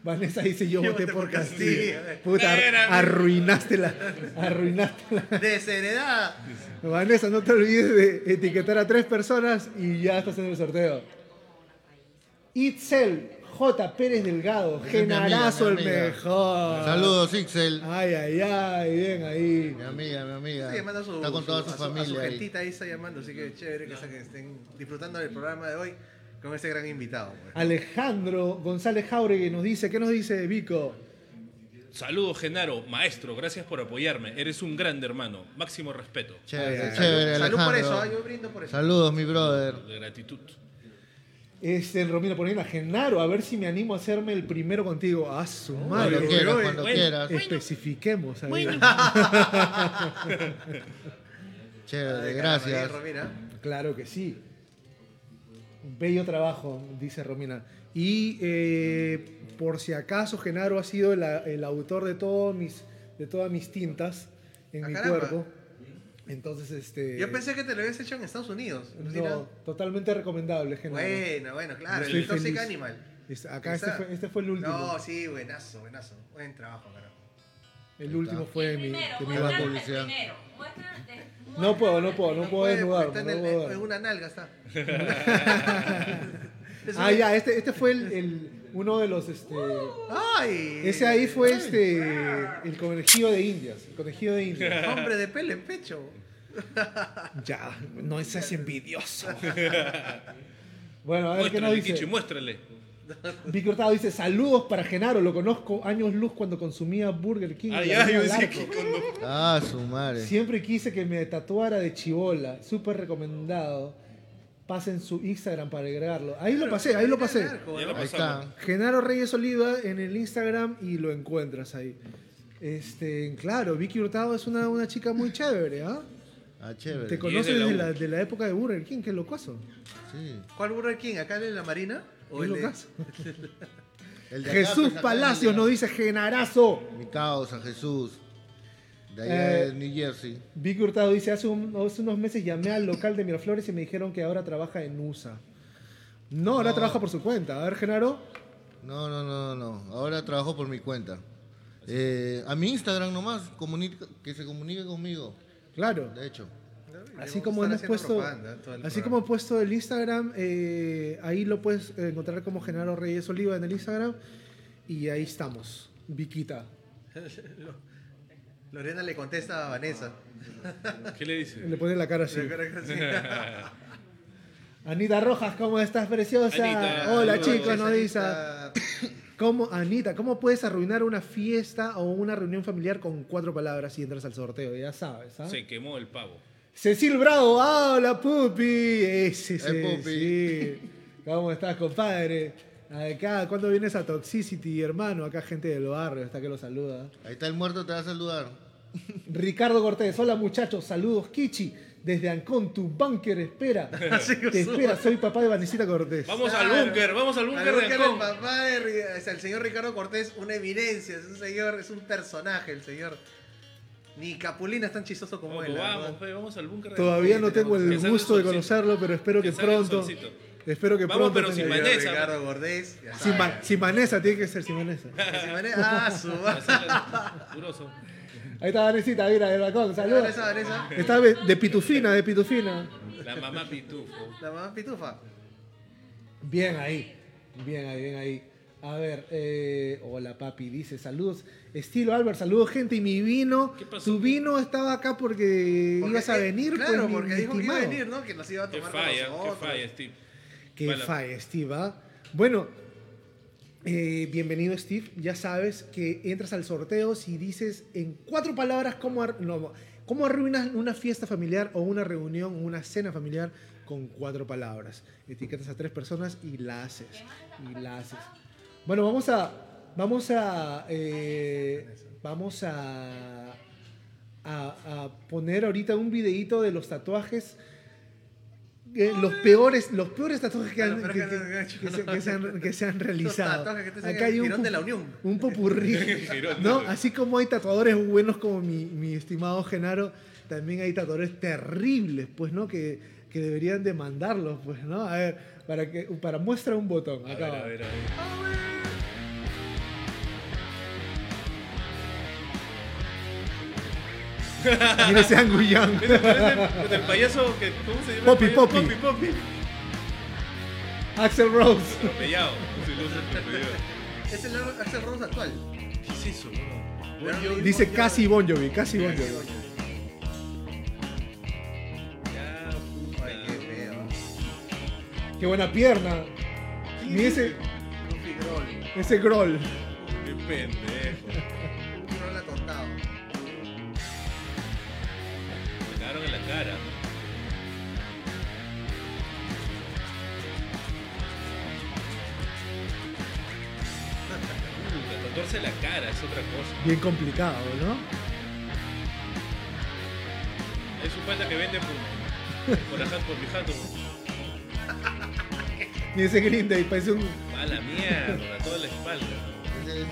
I: Vanessa dice, yo, voté por Castillo.
J: Castillo.
I: Puta,
J: Era mi-
I: arruinaste la, arruinaste la,
J: Desheredada.
I: Vanessa, no te olvides de etiquetar a tres personas y ya estás en el sorteo. Itzel J. Pérez Delgado,
N: Esa es mi
I: Genarazo el
N: amiga, mi amiga.
I: mejor.
N: Saludos, Ixel.
I: Ay, ay, ay, bien ahí.
N: Mi amiga, mi amiga.
J: Está llamando a su,
N: Está con toda su,
J: a
N: familia.
J: A su
N: ahí.
J: gentita ahí está llamando, así que chévere que, sea que estén disfrutando del programa de hoy con este gran invitado. pues.
I: Alejandro González Jauregui nos dice, ¿qué nos dice Vico?
K: Saludos, Genaro, maestro, gracias por apoyarme. Eres un grande hermano, máximo respeto.
N: Chévere,
I: Ay, ay.
N: chévere,
I: Salud por
N: Alejandro.
I: eso, ah, yo brindo por eso.
N: Saludos, mi brother.
K: De gratitud.
I: Este, Romina Ponina, Genaro, a ver si me animo a hacerme el primero contigo. A su madre.
N: Cuando quieras,
I: Oye,
N: cuando
I: oye,
N: quieras.
I: Especifiquemos. ahí.
N: Bueno. Chévere, gracias.
I: Claro que sí. Bello trabajo, dice Romina. Y eh, por si acaso, Genaro ha sido el, el autor de, todos mis, de todas mis tintas en mi
J: Ah, caramba.
I: cuerpo. Entonces, este.
N: Eh,
J: Yo pensé que te lo habías hecho en Estados Unidos.
I: No, totalmente recomendable, Genaro.
J: Bueno, bueno, claro,
I: Yo estoy
J: el Toxic
I: feliz.
J: Animal.
I: Este- Acá este
J: Está-
I: fue, este fue el último.
J: No, sí, buenazo, buenazo. Buen trabajo, carajo.
I: el último fue de mi,
J: primero,
I: de mi
J: fue
I: banda.
J: la
N: publicidad.
I: No puedo, no puedo, no
J: No
I: puedo
J: puede,
I: desnudarme.
J: porque está
I: no
J: en el-
I: puedo
J: en
I: desnudarme.
J: una nalga está. Eso
I: ah,
J: es-
I: ya, este, este fue el, el- uno de los. Este,
J: ¡Ay!
I: Ese ahí fue este. El conejillo de Indias. El conejillo de Indias.
J: Hombre de pelo en pecho.
I: Ya, no seas envidioso. Bueno, a ver qué nos
K: Muéstrale,
I: dice.
K: Kichi, muéstrale.
I: Vicky Hurtado dice, saludos para Genaro, lo conozco años luz cuando consumía Burger King.
K: Ah,
I: y
K: ya,
I: la
K: yo
I: vida
K: decía
I: Larco.
K: que cuando-
N: Ah, su madre.
I: Siempre quise que me tatuara de chibola, súper recomendado. Pasen su Instagram para agregarlo. Ahí lo pasé, ahí lo pasé.
L: Ya lo Ahí pasamos.
I: Genaro Reyes Oliva en el Instagram y lo encuentras ahí. Este, claro, Vicky Hurtado es una, una chica muy chévere, ¿ah?
N: Ah, chévere.
I: Te conoces desde la, de la época de Burger King, qué locazo.
N: Sí.
J: ¿Cuál Burger King? ¿Acá en la Marina? ¿O
I: Es
J: el de-
I: locazo.
N: El de acá,
I: Jesús
N: pues, acá
I: Palacios nos dice Genarazo.
N: Mi causa, Jesús. De allá
I: Eh,
N: de New Jersey.
I: Vicky Hurtado dice, hace, un- hace unos meses llamé al local de Miraflores y me dijeron que ahora trabaja en USA. No, ahora
N: No.
I: trabaja por su cuenta. A ver, Genaro.
N: No, no, no, no. no. Ahora trabajo por mi cuenta. Eh, a mi Instagram nomás, comunica- que se comunique conmigo.
I: Claro.
N: De hecho.
I: Así como hemos puesto, así como he puesto el Instagram, eh, ahí lo puedes eh, encontrar como Genaro Reyes Oliva en el Instagram. Y ahí estamos, Viquita.
J: Lo- Lorena le contesta a Vanessa.
K: ¿Qué le dice?
I: Le pone la cara así.
J: La cara así.
I: Anita Rojas, ¿cómo estás, preciosa?
J: Anita,
I: Hola,
J: saludos.
I: chicos, nos dice. ¿Cómo, Anita, ¿cómo puedes arruinar una fiesta o una reunión familiar con cuatro palabras y entras al sorteo? Ya sabes, ¿ah?
K: Se quemó el pavo.
I: Cecil Bravo, ah, hola Pupi. Ese es
K: Eh,
I: Pupi. ¿Cómo estás, compadre? Acá, ¿cuándo vienes a Toxicity, hermano? Acá gente del barrio, está que lo saluda.
N: Ahí está el muerto, te va a saludar.
I: Ricardo Cortés, hola muchachos, saludos Kichi. Desde Ancón, tu bunker espera. Te espera, soy papá de Vanesita Cortés.
K: Vamos al búnker, vamos al búnker de
J: El
K: Ancón.
J: papá de Ri- o sea, el señor Ricardo Cortés, una eminencia, es un señor, es un personaje, el señor. Ni Capulina es tan chistoso como él. la
K: Vamos,
J: verdad.
K: pe, vamos al búnker. de
I: Todavía
K: Ancón.
I: no tengo
K: Que
I: el
K: salga
I: gusto de
K: solcito.
I: conocerlo, pero espero que,
K: Que salga el
I: pronto.
K: solcito.
I: Espero que
K: Vamos,
I: pronto.
K: pero
I: tenga
K: sin
I: yo.
K: pues. Vanessa.
J: Ricardo Cortés. ya
I: Sin,
J: sabe.
I: Van- sin Vanessa, tiene que ser sin Vanessa.
J: Sin Vanessa. Ah, su
K: Duroso.
I: Ahí está Vanesita, mira, del balcón, saludos.
J: Vanessa, Vanessa.
I: Está de, de pitufina, de pitufina.
K: La mamá pitufo.
J: La mamá pitufa.
I: Bien ahí, bien ahí, bien ahí. A ver, eh, hola papi, dice, saludos. Estilo Albert, saludos gente. Y mi vino, tu vino estaba acá porque, ibas a
J: eh,
I: venir. pues,
J: Claro,
I: mi-
J: porque
I: mi
J: dijo que iba a
I: estimado.
J: venir, ¿no? Que nos iba a
K: Que
J: tomar
K: falla,
J: con
K: que
J: nosotros.
K: falla, este Steve.
I: Que
K: Bueno.
I: falle, Steve, ¿ah? Bueno, eh, bienvenido, Steve. Ya sabes que entras al sorteo si dices en cuatro palabras cómo, ar- no, cómo arruinas una fiesta familiar o una reunión o una cena familiar con cuatro palabras. Etiquetas a tres personas y la haces. Y la haces. Bueno, vamos a. Vamos a. eh,
J: Ah,
I: vamos a, a. a poner ahorita un videíto de los tatuajes. eh, los
J: Ah.
I: peores los peores tatuajes que, han- que- que- que se- que se han- que se han realizado.
J: tatuajes que te hacen
I: Acá
J: el
I: hay un,
J: Girón
I: pu-
J: de la Unión.
I: un popurrí.
J: Girón de
I: ¿no?
J: la Unión.
I: Así como hay tatuadores buenos como mi, mi estimado Genaro, también hay tatuadores terribles, pues, ¿no? Que, que deberían demandarlos, pues, ¿no? A ver, para, que, para muestra un botón.
K: A
I: Acá
K: ver,
I: va.
K: a ver, a ver.
I: Mira ese angullón.
K: Es el- es el- el payaso que. ¿Cómo se llama?
I: Poppy,
K: El payaso-
I: Poppy.
K: Poppy, Poppy.
I: Axel Rose.
K: Atropellado. Se lo hace atropellado.
J: Este Es el Axel Rose actual.
K: ¿Qué es eso, bro? Bon Jovi.
I: Dice casi Bon Jovi, casi Bon Jovi.
J: Ay, qué
K: Ah.
J: feo.
I: Qué buena pierna. Ni ese,
J: Un figrol.
I: ese groll.
K: Qué pendejo.
J: Un figrol atontado.
K: Me cagaron en la cara. Puta, Tatuarse la cara es otra cosa.
I: Bien complicado, ¿no?
K: Es un pata que vende por, por, la, jat- por mi jato.
I: Ni ese Green Day, parece un.
K: A la mierda, toda la espalda.
N: Ese- ese-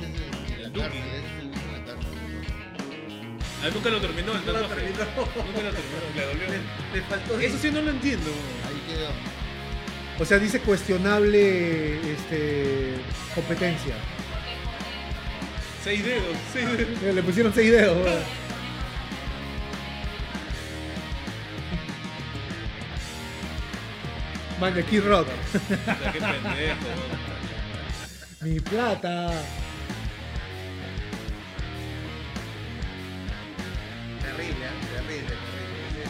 N: ese-
K: El Duki.
N: ese- ese- ese- ese- ese- ese- ese- ese- ese- ese-
K: A A él Ah, nunca lo terminó el tatuaje. Nunca lo terminó, le dolió. Eso sí no lo entiendo.
J: Ahí quedó.
I: O sea, dice cuestionable este, competencia.
K: Seis dedos, seis dedos.
I: Mira, Eh, Le pusieron seis dedos. weón. Man, de Kid Rock.
K: Puta, Qué pendejo.
I: Mi plata.
Q: Terrible, ¿eh? terrible, terrible.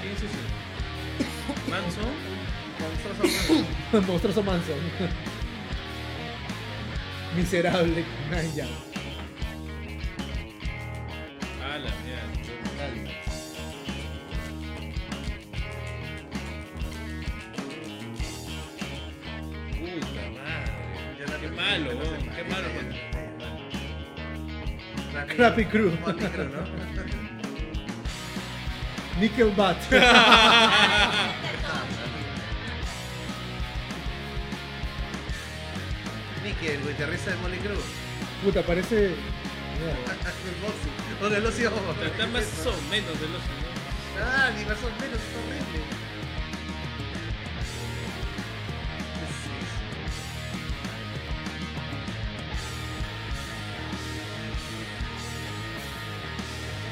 K: ¿Quién es ese? ¿Manso?
I: Monstruoso Manson. Miserable. Ay, ya.
K: Ah, la mierda. Puta madre. Qué malo, weón, qué malo.
I: Crappy Crew. Nickelback.
Q: Nicky, el guitarrista de Molly Crew.
I: Puta, parece.
Q: El Bossy. O de los
K: Está- Está más o menos de los.
Q: Ah, ni más o menos, es horrible.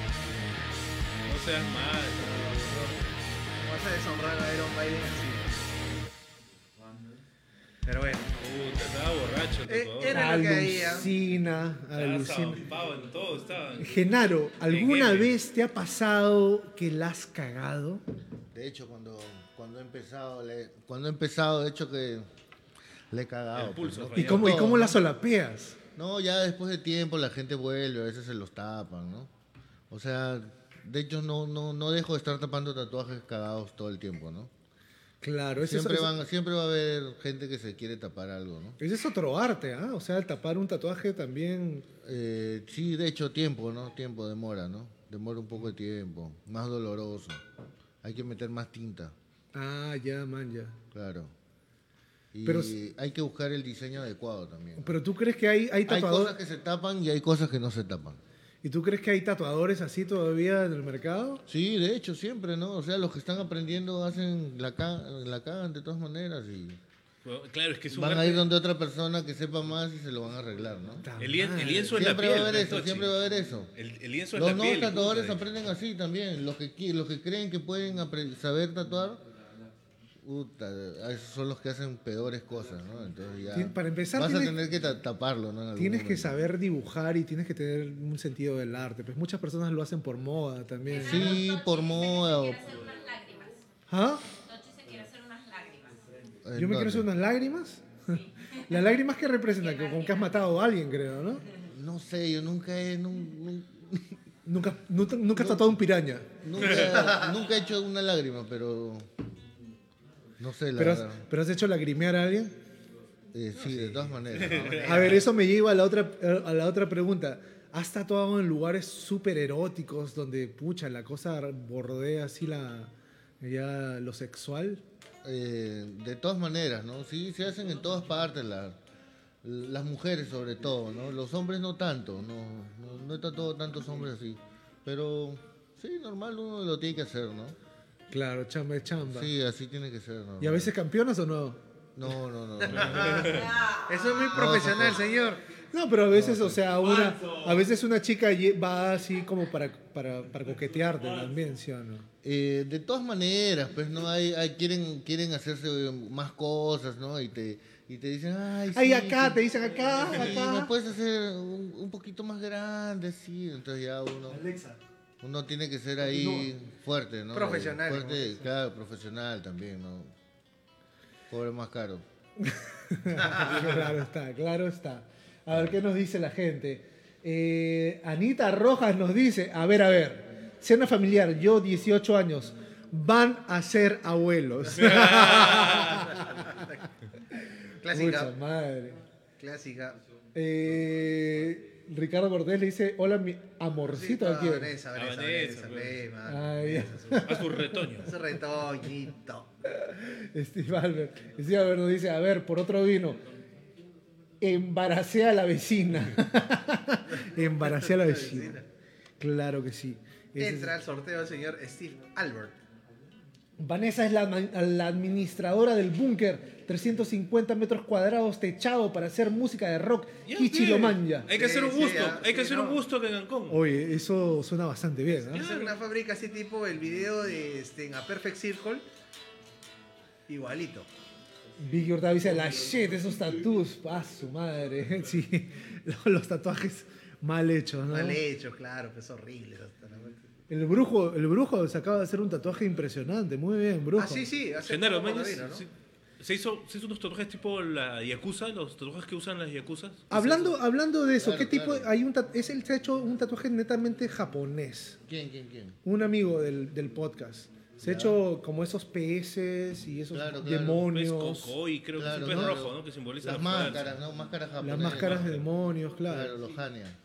K: No seas malo.
Q: Vamos a deshonrar a Iron Maiden así. Pero bueno.
K: Puta, estaba borracho. el
Q: Eh,
K: tatuador.
Q: era lo que había.
I: Alucina,
K: Estaba
I: alucina.
K: zampado en todo, estaba.
I: Genaro, ¿alguna
K: En M.
I: vez te ha pasado que la has cagado?
J: De hecho, cuando, cuando he empezado, le- cuando he empezado, de hecho que le he cagado.
K: El pulso
J: pues, ¿no?
I: ¿Y cómo, ¿Y cómo la solapeas?
J: No, ya después de tiempo la gente vuelve, a veces se los tapan, ¿no? O sea, de hecho no, no, no dejo de estar tapando tatuajes cagados todo el tiempo, ¿no?
I: Claro, ese es-
J: siempre,
I: ese-
J: van, siempre va a haber gente que se quiere tapar algo, ¿no?
I: Ese es otro arte, ¿ah? O sea, el tapar un tatuaje también.
J: Eh, sí, de hecho tiempo, ¿no? Tiempo demora, ¿no? Demora un poco de tiempo, más doloroso. Hay que meter más tinta,
I: Ah, ya, man, ya.
J: claro. Y
I: Pero-
J: hay que buscar el diseño adecuado también. ¿no?
I: Pero tú crees que hay, hay
J: Hay
I: tatuadores.
J: cosas que se tapan y hay cosas que no se tapan.
I: ¿Y tú crees que hay tatuadores así todavía en el mercado?
J: Sí, de hecho, siempre, ¿no? O sea, los que están aprendiendo hacen la, ca- la cagan de todas maneras y
K: Bueno, Claro, es que es un
J: van a
K: arte-
J: ir donde otra persona que sepa más y se lo van a arreglar, ¿no?
K: El, lien- el lienzo es la
J: siempre
K: piel.
J: va a haber eso,
K: Tochi.
J: siempre va a haber eso.
K: El, el lienzo es
J: Los
K: la
J: nuevos
K: piel.
J: tatuadores
K: puta.
J: aprenden así también. Los que, qui- los que creen que pueden apre- saber tatuar, puta, a esos son los que hacen peores cosas, ¿no? Entonces ya
I: Tien- para empezar,
J: vas a
I: tienes-
J: tener que ta- taparlo, ¿no? En algún
I: Tienes que
J: momento.
I: saber dibujar y tienes que tener un sentido del arte. Pues muchas personas lo hacen por moda también.
J: Sí, por moda. o-
I: ¿Ah? Yo me
J: ¿En
I: quiero hacer unas lágrimas. Las lágrimas que representan, que- con que has matado a alguien, creo, ¿no?
J: No sé, yo nunca he. nun-
I: Nunca, nunca, nunca has tatuado un piraña.
J: nun- nunca, nunca he hecho una lágrima, pero. No sé, la
I: Pero has,
J: verdad.
I: pero has hecho lagrimear a alguien.
J: Eh, sí, de todas maneras.
I: A ver, eso me lleva a la otra, a la otra pregunta. ¿Has tatuado en lugares súper eróticos donde, pucha, la cosa bordea así la, ya lo sexual?
J: Eh, de todas maneras, ¿no? Sí, se hacen en todas partes la- las mujeres sobre todo, ¿no? Los hombres no tanto, no, no, no he tatuado tantos hombres así. Pero sí, normal uno lo tiene que hacer, ¿no?
I: Claro, chamba es chamba.
J: Sí, así tiene que ser, ¿no?
I: ¿Y a veces campeonas o no?
J: No, no, no.
Q: Eso es muy
I: No,
Q: profesional,
I: no, no.
Q: señor.
I: No, pero a veces, o sea, una, a veces una chica lle- va así como para, para, para coquetearte también, ¿sí o no?
J: Eh, de todas maneras, pues no hay, hay- quieren quieren hacerse eh, más cosas, ¿no? Y te y te dicen, "Ay,
I: Ay,
J: sí,
I: acá,
J: sí,
I: te dicen acá,
J: sí, me
I: acá.
J: puedes hacer un, un poquito más grande, sí." Entonces ya uno uno tiene que ser ahí fuerte, ¿no?
Q: Profesional, como
J: Fuerte,
Q: dicen.
J: claro, profesional también, ¿no? Cobra más caro.
I: claro está, claro está. A ver qué nos dice la gente. Eh, Anita Rojas nos dice, a ver, a ver, cena familiar, yo 18 años, van a ser abuelos.
Q: Clásica.
I: Pucha madre.
Q: Clásica.
I: Eh, Ricardo Cortés le dice, hola mi amorcito
Q: A
I: aquí.
Q: Vanessa, Vanessa, Vanessa,
K: Vanessa,
Q: ve, mano.
I: Ah, ya.
Q: Vanessa,
K: A su retoño.
Q: A su retoñito.
I: Steve Albert. Steve Albert nos dice, a ver, por otro vino. Embaracé a la vecina. Embaracé a la vecina. Claro que sí. Ese es-
J: Entra al sorteo el señor Steve Albert.
I: Vanessa es la, ma- la administradora del búnker. 350 metros cuadrados techado para hacer música de rock. Kichilomanya.
K: Hay que hacer un gusto, hay que hacer un gusto que en Cancún.
I: Oye, eso suena bastante bien. ¿ah?
J: Es una fábrica así tipo el video de este, en A Perfect Circle. Igualito.
I: Vicky Hurtado dice, la shit, esos tatús, pa' su madre. Sí, los- los tatuajes mal hechos, ¿no?
J: Mal hecho, claro, pues horrible. hasta la-
I: El brujo, el brujo se acaba de hacer un tatuaje impresionante, muy bien, brujo.
J: Ah, sí, sí. hace
K: Genaro
J: poco
K: Mañez
J: cuando vino, ¿no?
K: se, se hizo, se hizo unos tatuajes tipo la Yakuza, los tatuajes que usan las Yakuzas.
I: Hablando, hablando de eso, ¿qué tipo? Hay un tat- es el se ha hecho un tatuaje netamente japonés.
N: ¿Quién, quién, quién?
I: Un amigo del, del podcast. Se ha
N: Ya.
I: hecho como esos peces y esos
N: Claro, claro.
I: demonios.
K: Pez Pues, Kokoi, creo que es un pez rojo, ¿no? Que simboliza
N: Las
K: la fuerza.
N: máscaras, ¿no? Máscaras
I: Las
N: japonesas.
I: máscaras de demonios, claro.
N: Claro, los Hania.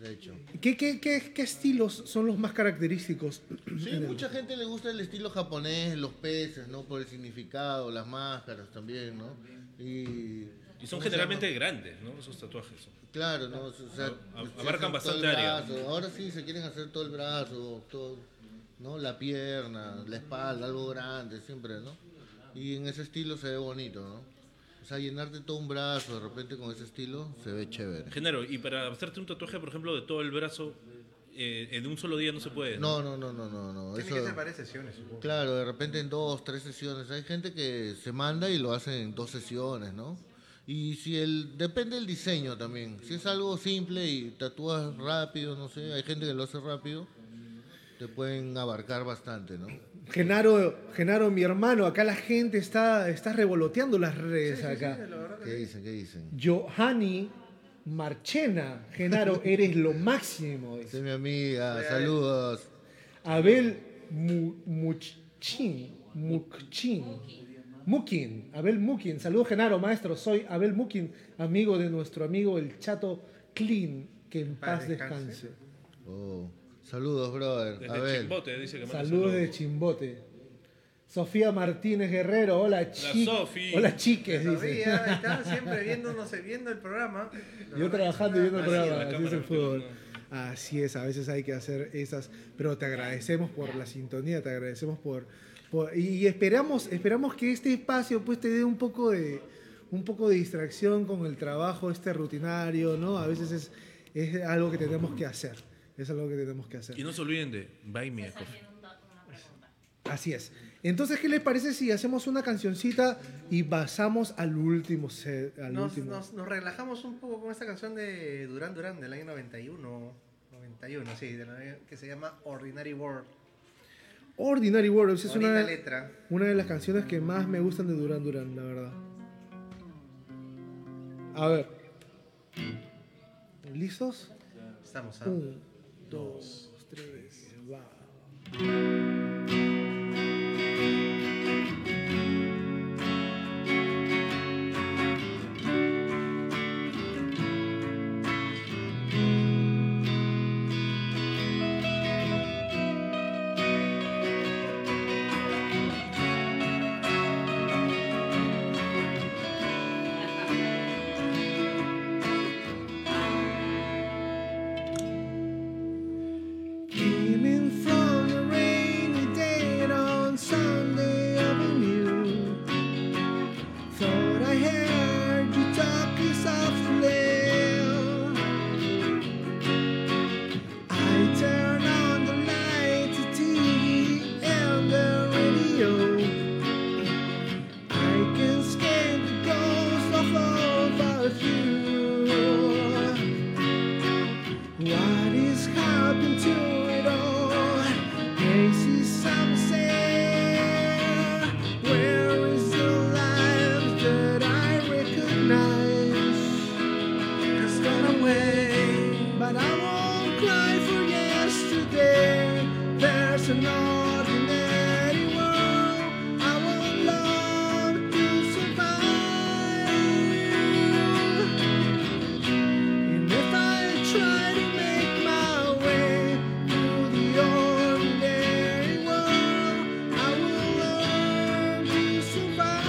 N: De hecho.
I: ¿Qué, qué, qué, qué estilos son los más característicos?
N: Sí,
I: en el-
N: mucha gente le gusta el estilo japonés, los peces, ¿no? Por el significado, las máscaras también, ¿no? Y,
K: Y son generalmente grandes, ¿no? Esos tatuajes.
N: Claro, ¿no? O sea,
K: A-
N: se
K: abarcan
N: hacen todo el
K: bastante área.
N: brazo. Ahora sí se quieren hacer todo el brazo, todo, ¿no? La pierna, la espalda, algo grande, siempre, ¿no? Y en ese estilo se ve bonito, ¿no? O sea, llenarte todo un brazo de repente con ese estilo se ve chévere.
K: Genaro, y para hacerte un tatuaje, por ejemplo, de todo el brazo, eh, en un solo día no se puede.
N: No, no, no, no, no, no.
J: Tiene
N: Eso,
J: que ser varias sesiones, supongo.
N: Claro, de repente en dos, tres sesiones. Hay gente que se manda y lo hace en dos sesiones, ¿no? Y si el. Depende del diseño también. Si es algo simple y tatúas rápido, no sé, hay gente que lo hace rápido, te pueden abarcar bastante, ¿no?
I: Genaro, Genaro, mi hermano, acá la gente está, está revoloteando las redes acá.
N: ¿Qué dicen? ¿Qué dicen?
I: Johanny Marchena, Genaro, eres lo máximo. dice.
N: Sí, mi amiga, saludos.
I: Abel Mu- Muchin, Muchin, Mukin, Abel Mukin, saludos Genaro, maestro, soy Abel Mukin, amigo de nuestro amigo el chato Clean, que en
N: paz
I: paz
N: descanse.
I: descanse.
N: Oh, saludos, brother.
K: Desde
N: A ver.
K: Chimbote, dice que manda
I: Saludos de Chimbote. Sofía Martínez Guerrero, hola chi-
K: Sofi.
I: Hola chiques,
J: Todavía
I: dice.
J: está siempre viéndonos, viendo el programa.
I: Yo trabajando y viendo el
J: Así,
I: programa,
J: la
I: así es el fútbol. Así es, a veces hay que hacer esas, pero te agradecemos por la sintonía, te agradecemos por, por- y esperamos, esperamos que este espacio pues te dé un poco de un poco de distracción con el trabajo este rutinario, ¿no? A veces es, es algo que tenemos que hacer. Es algo que tenemos que hacer.
K: Y no se olviden de Buy Me a Coffee.
I: Así es. Entonces, ¿qué les parece si hacemos una cancioncita y pasamos al último set- al
J: Nos,
I: último?
J: nos- nos relajamos un poco con esta canción de Durán Durán del año 91. 91, sí, del año- que se llama Ordinary World.
I: Ordinary World es
J: Bonita
I: una,
J: letra.
I: una de las canciones que más me gustan de Duran Duran, la verdad. A ver. ¿Listos?
J: Estamos ¿ah? a.
I: Un, dos, tres, va.
N: Mm.
L: Came from a rainy day and on Sunday Avenue. Thought I heard you talking softly. I turned on the light, the TV, and the radio. I can scan the ghosts of all of you. What is happened to it all? Crazy some say Where is the life that I recognize? It's gone away But I won't cry for yesterday There's an ordinary world I will love to survive and if I try to make my way through the ordinary world, I will learn to survive.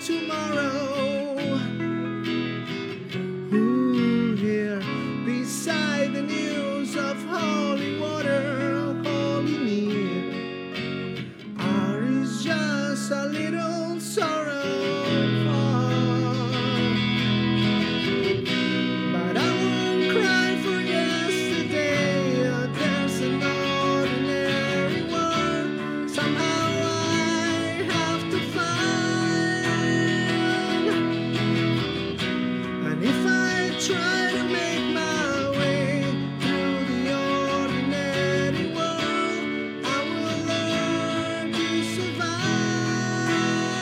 R: tomorrow. Ooh, here beside the news of holy water, holy me, or is just a little sorrowful. But I won't cry for yesterday. There's an ordinary world. Somehow I have to find. And if I try to make my way through the ordinary world, I will learn to survive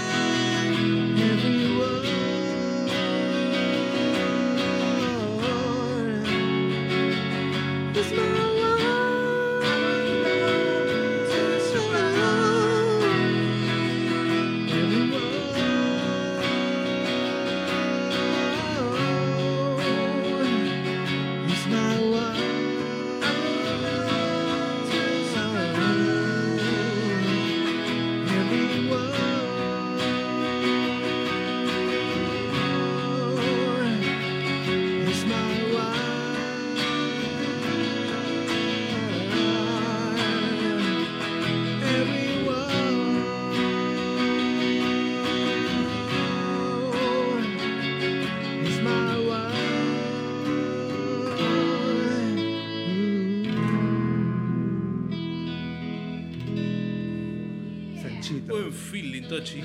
R: every It's my life to survive every world. It's my life to survive every world. It's my life.
K: Buen feeling, Tochi.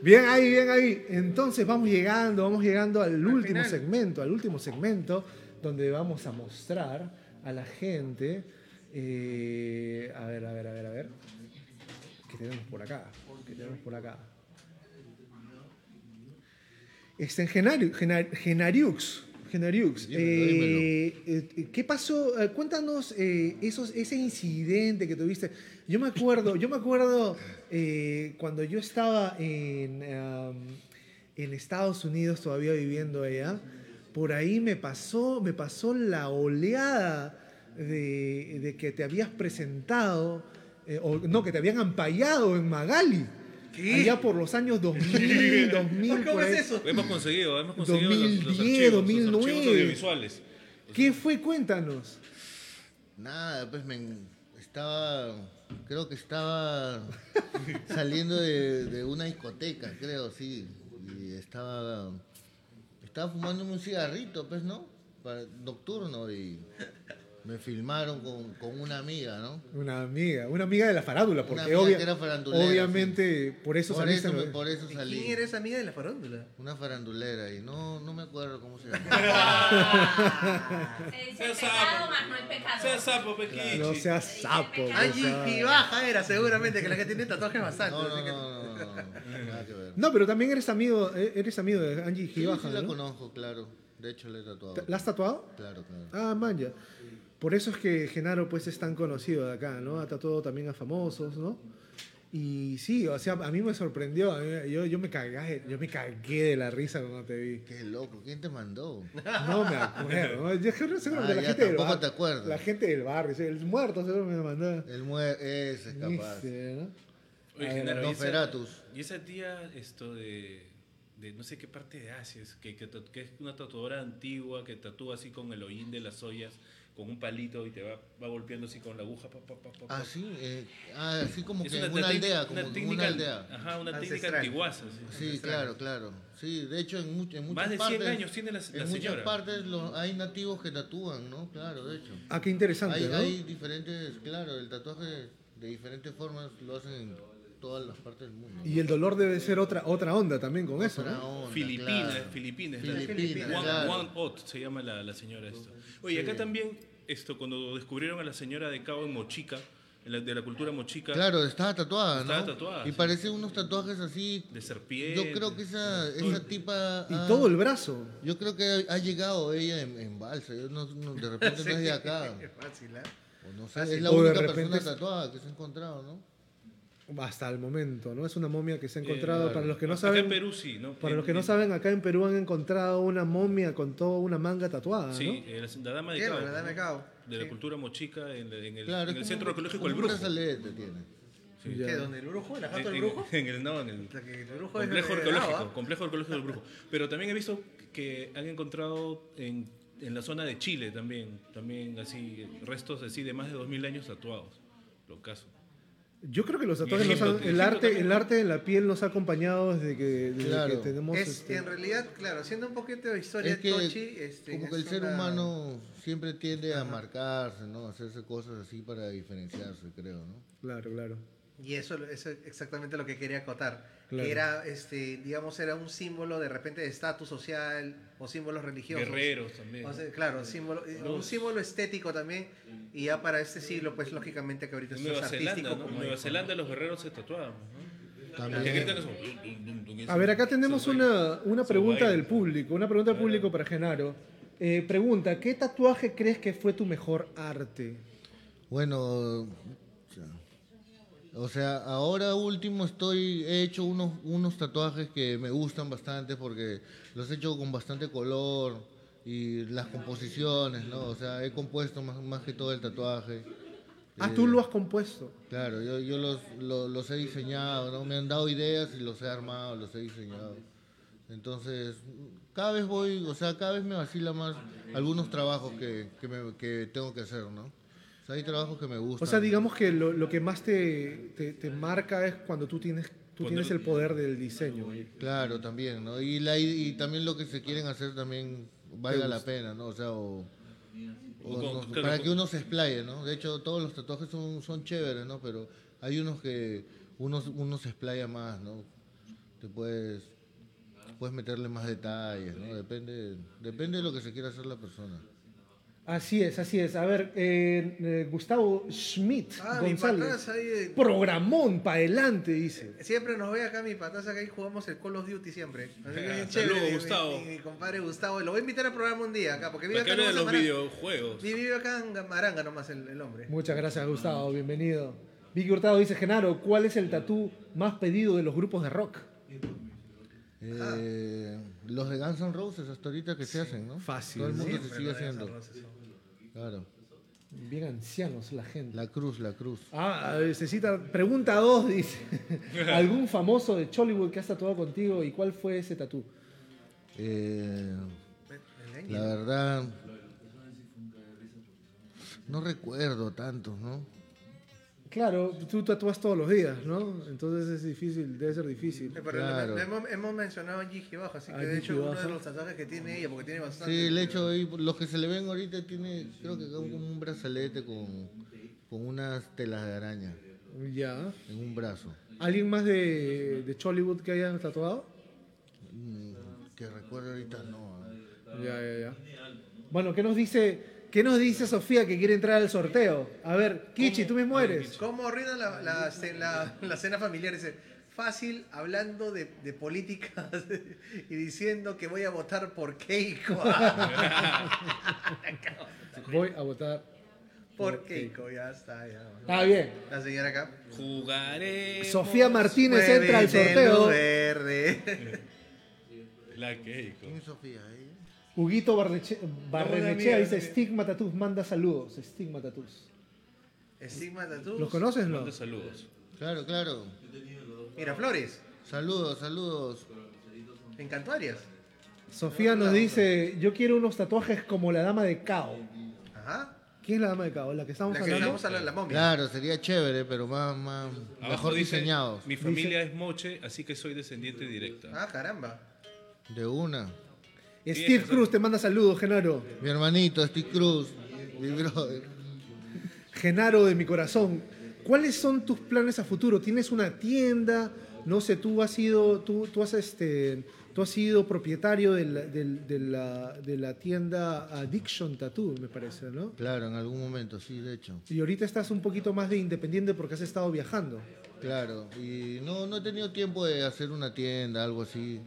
I: Bien ahí, bien ahí. Entonces vamos llegando, vamos llegando al, último
S: final.
I: segmento, al último segmento donde vamos a mostrar a la gente. eh, a ver, a ver, a ver, a ver. ¿Qué tenemos por acá? ¿Qué tenemos por acá? Este en Genari- Genar- Genariux. Genariux. eh, eh, ¿Qué pasó? Eh, Cuéntanos eh, esos, ese incidente que tuviste. Yo me acuerdo, yo me acuerdo eh, cuando yo estaba en, um, en Estados Unidos todavía viviendo allá. Por ahí me pasó, me pasó la oleada de, de que te habías presentado, eh, o no, que te habían ampallado en Magali. Allá por los años 2000, 2000. por ahí.
K: Hemos conseguido, hemos conseguido los, los
I: 2010,
K: archivos, los
I: 2009.
K: archivos audiovisuales.
I: ¿Qué fue? Cuéntanos.
J: Nada, pues me estaba, creo que estaba saliendo de, de una discoteca, creo, sí. Y estaba, estaba fumándome un cigarrito, pues, ¿no? Pa- nocturno y me filmaron con, con una amiga, ¿no?
I: Una amiga, una amiga de la farándula,
J: Una
I: porque
J: amiga
I: obvia-
J: que era farandulera,
I: obviamente por eso
J: por
I: saliste.
J: eso,
I: en
J: me-
I: lo-
J: por eso salí.
S: ¿Quién era esa amiga de la farándula?
J: Una farandulera y no, no me acuerdo cómo se
S: Ah.
M: Se
J: llama.
M: dice pecado, más no es pecado.
K: Sea sapo, pues,
J: Claro.
I: No seas sapo. pues,
S: Angie
I: ah.
S: Gibaja era seguramente, que la que tiene tatuajes más altos.
J: No, no,
S: así que-
J: no, no, no, nada que ver.
I: No, pero también eres amigo, eh, eres amigo de Angie
J: Sí,
I: Gibaja.
J: sí la
I: ¿no?
J: conozco, claro. De hecho, la he tatuado.
I: ¿Te- ¿La has tatuado?
J: Claro, claro.
I: Ah, man, ya. Por eso es que Genaro pues es tan conocido de acá, ¿no? Ha tatuado también a famosos, ¿no? Y sí, o sea, a mí me sorprendió. a mí- Yo, yo, me cagué, yo me cagué de la risa cuando te vi.
J: Qué loco, ¿quién te mandó?
I: No me acuerdo. Yo creo que seguramente
J: Ah,
I: la
J: ya,
I: gente del
J: tampoco
I: bar-
J: te acuerdas.
I: La gente del barrio, sí, el muerto seguro me lo mandó.
J: El muere, ese es capaz.
I: Dice, ¿no?
K: Oye,
I: A ver,
K: Genaro,
I: a
K: y
I: ver.
K: esa- Y esa tía, esto de, de no sé qué parte de Asia, es, que, que, tatu- que es una tatuadora antigua que tatúa así con el hollín de las ollas, con un palito y te va, va golpeando así con la aguja. pa, pa, pa, pa, pa.
J: Ah, sí, eh, ah, así como
K: Es
J: que
K: una
J: en una
K: técnica-
J: aldea,
K: una
J: como que en
K: técnica-
J: una aldea.
K: ajá, una técnica Ancestral. antiguaza, sí.
J: Sí,
K: Ancestral.
J: claro, claro. Sí, de hecho, en, much- en muchas
K: Más de 100
J: partes.
K: años tiene la- la
J: en muchas
K: señora.
J: partes lo- hay nativos que tatúan, ¿no? Claro, de hecho.
I: Ah, qué interesante,
J: Hay,
I: ¿no?
J: hay diferentes, claro, el tatuaje de diferentes formas lo hacen en todas las partes del mundo.
I: Y el dolor debe ser otra, otra onda también con eso,
J: Otra
I: ¿no?
J: onda,
K: Filipinas,
J: claro.
K: Filipinas,
J: Filipinas,
K: Juan,
J: claro.
K: Juan Ot se llama la, la señora esto. Oye, acá también, esto, cuando descubrieron a la señora de Cabo en Mochica, en la- de la cultura mochica.
J: Claro, estaba tatuada,
K: Estaba
J: ¿no?
K: tatuada,
J: Y
K: sí.
J: parece unos tatuajes así.
K: De serpiente.
J: Yo creo que esa, esa tipa.
I: Y
J: ha-
I: todo el brazo.
J: Yo creo que ha ha llegado ella en, en balsa. Yo no- no- de repente no es de acá.
S: Qué fácil, ¿eh?
J: O no sé,
I: Fácil.
J: es la
I: Ah, O de
J: única persona
I: repente es-
J: tatuada que se ha encontrado, ¿no?
I: Hasta el momento, ¿no? Es una momia que se ha
J: Eh,
I: encontrado.
J: claro.
I: para los que no
J: Acá
I: saben.
J: en Perú sí, ¿no?
I: Para
K: En-
I: los que no
K: en-
I: saben, acá en Perú han encontrado una momia con toda una manga tatuada,
J: Ah,
I: ¿no?
K: Sí, eh, la, la dama de
S: Claro,
K: Cabo.
S: la dama de
K: ¿no?
I: oh.
S: Cabo,
K: De la cultura mochica en, la- en el,
J: Claro,
K: en el
J: es como
K: centro
J: un-
K: arqueológico
J: como
K: El
J: un
K: Brujo.
J: brazalete tiene.
K: Sí.
J: ¿Qué, donde el brujo? ¿En la jato
K: En-
J: del
K: en-
J: brujo?
K: En el, no, en el,
J: brujo es
K: complejo
J: el que
K: arqueológico.
J: graba.
K: Complejo arqueológico del brujo. Pero también he visto que han encontrado en, en la zona de Chile también, también así, restos así de más de 2000 años tatuados. Lo caso.
I: Yo creo que los
K: Y
I: tatuajes, nos
K: Egipto,
I: han-
K: Egipto
I: el, arte,
K: también.
I: el arte de la piel nos ha acompañado desde que, desde que
N: Claro.
I: tenemos...
J: Es,
I: este-
J: En realidad, claro, haciendo un poquito de historia
N: Es que
J: Tochi, este,
N: como que
J: es
N: el ser
J: una-
N: humano siempre tiende a marcarse, ¿no? A hacerse cosas así para diferenciarse, creo, ¿no?
I: Claro, claro.
J: Y eso, eso es exactamente lo que quería acotar.
N: Claro.
J: Que era, este, digamos, era un símbolo de repente de estatus social o símbolos religiosos.
K: Guerreros también.
J: O sea, claro, símbolo, eh, un
K: Los-
J: símbolo estético también. Y ya para este siglo, pues lógicamente que ahorita
K: En
J: esto es
K: Nueva
J: artístico.
K: Zelanda, ¿no? En
J: como
K: Nueva
J: dijo,
K: Zelanda los guerreros se tatuaban. ¿no?
N: También.
K: Que gritan eso, "Dum, dum, dum, dum",
I: A ver, acá tenemos una, una pregunta
K: baila.
I: del público, una pregunta del público para Genaro. Eh, pregunta, ¿qué tatuaje crees que fue tu mejor arte?
N: Bueno, o sea, ahora último estoy he hecho unos unos tatuajes que me gustan bastante porque los he hecho con bastante color y las composiciones, ¿no? O sea, he compuesto más, más que todo el tatuaje.
I: Ah,
N: Eh,
I: tú lo has compuesto.
N: Claro, yo, yo los, lo- los, he diseñado, ¿no? Me han dado ideas y los he armado, los he diseñado. Entonces, cada vez voy, o sea, cada vez me vacila más algunos trabajos que, que, me- que tengo que hacer, ¿no? O sea, hay trabajos que me gustan.
I: O sea, digamos que lo, lo que más te, te- te marca es cuando tú tienes, tú
N: Cuando-
I: tienes el poder del diseño.
N: Claro, también, ¿no? Y, la, y también lo que se quieren hacer también valga
I: Te
N: la
I: gusta.
N: pena, ¿no? O sea, o... o
K: con-
N: no-
K: claro,
N: para
K: con-
N: que uno se explaye, ¿no? De hecho, todos los tatuajes son, son chéveres, ¿no? Pero hay unos que uno, uno se explaya más, ¿no? Te puedes, puedes meterle más detalles, ¿no? Depende, depende de lo que se quiera hacer la persona.
I: Así es, así es. A ver, eh, eh, Gustavo Schmidt
J: Ah, mi
I: González.
J: patas ahí de-
I: Programón para adelante, dice.
J: Siempre nos ve acá mi pataza, que ahí jugamos el Call of Duty siempre. Así que bien
K: Saludos,
J: chévere, mi- mi-
K: Gustavo.
J: Mi, mi compadre Gustavo. Lo voy a invitar al programa un día acá, porque vive
K: Para que
J: acá
K: hable de
J: nomás en
K: los
J: Maranga.
K: videojuegos.
J: Vi- Vive acá en Maranga nomás el, el hombre.
I: Muchas gracias, Gustavo. Bienvenido. Vicky Hurtado dice, Genaro, ¿cuál es el tatú más pedido de los grupos de rock?
N: Eh, Los de Guns N' Roses hasta ahorita que se hacen, ¿no?
I: Fácil.
N: Todo el mundo
I: Siempre
N: se sigue
I: los de Guns N'
N: haciendo. Claro.
I: Bien ancianos la gente.
N: La cruz, la cruz.
I: Ah, necesita. Pregunta 2 dice: ¿Algún famoso de Chollywood que has tatuado contigo y cuál fue ese tatú?
N: Eh, la verdad, no recuerdo tantos, ¿no?
I: Claro, tú tatúas todos los días, ¿no? Entonces es difícil, debe ser difícil.
J: Eh, pero lo- lo hemos, hemos mencionado a Gigi Baja, así que
I: A
J: de hecho
I: Gigi
J: uno
I: Baja.
J: de los tatuajes que tiene ella, porque tiene bastante.
N: Sí, el hecho ahí, los que se le ven ahorita tiene, creo que como un brazalete con, con unas telas de araña
I: Ya.
N: en un brazo.
I: ¿Alguien más de, de Chollywood que hayas tatuado?
N: Mm, Que recuerdo ahorita no. ¿eh?
I: Ya, ya, ya. Bueno, ¿qué nos dice, qué nos dice Sofía que quiere entrar al sorteo? A ver, Kichi, tú mismo eres.
J: ¿Cómo arruinan la, la, ce- la- la cena familiar? Dice, fácil hablando de, de política y diciendo que voy a votar por Keiko.
I: Voy a votar.
J: por Keiko, ya está, ya.
I: Está bien.
J: La señora acá.
K: Jugaré.
I: Sofía Martínez entra al
J: Muévete,
I: sorteo.
J: luz Verde.
K: La Keiko.
N: Sofía, eh?
I: Huguito Barreche- Barrenechea
J: amiga,
I: dice:
J: una amiga.
I: Stigma Tattoos manda saludos. Stigma Tattoos.
J: Estigma Tatú.
I: ¿Los conoces, no?
K: Manda saludos.
N: Claro, claro.
J: Miraflores.
N: Saludos, saludos.
J: En Cantuarias.
I: Sofía nos dice: Yo quiero unos tatuajes como la dama de Cao.
J: Ajá.
I: ¿Quién es la dama de Cao? La que estamos
J: La que
I: hablando.
J: estamos hablando, la momia.
N: Claro, sería chévere, pero más, más
K: Abajo
N: mejor
K: dice,
N: diseñados.
K: Mi familia es moche, así que soy descendiente directa.
J: Ah, caramba.
N: De una.
I: Steve Cruz te manda saludos, Genaro.
N: Mi hermanito, Steve Cruz, mi brother.
I: Genaro de mi corazón. ¿Cuáles son tus planes a futuro? ¿Tienes una tienda? No sé, tú has sido, tú, tú has este, tú has sido propietario de la, del- de la- de la tienda Addiction Tattoo, me parece, ¿no?
N: Claro, en algún momento, sí, de hecho.
I: Y ahorita estás un poquito más de independiente porque has estado viajando.
N: Claro, y no, no he tenido tiempo de hacer una tienda, algo así.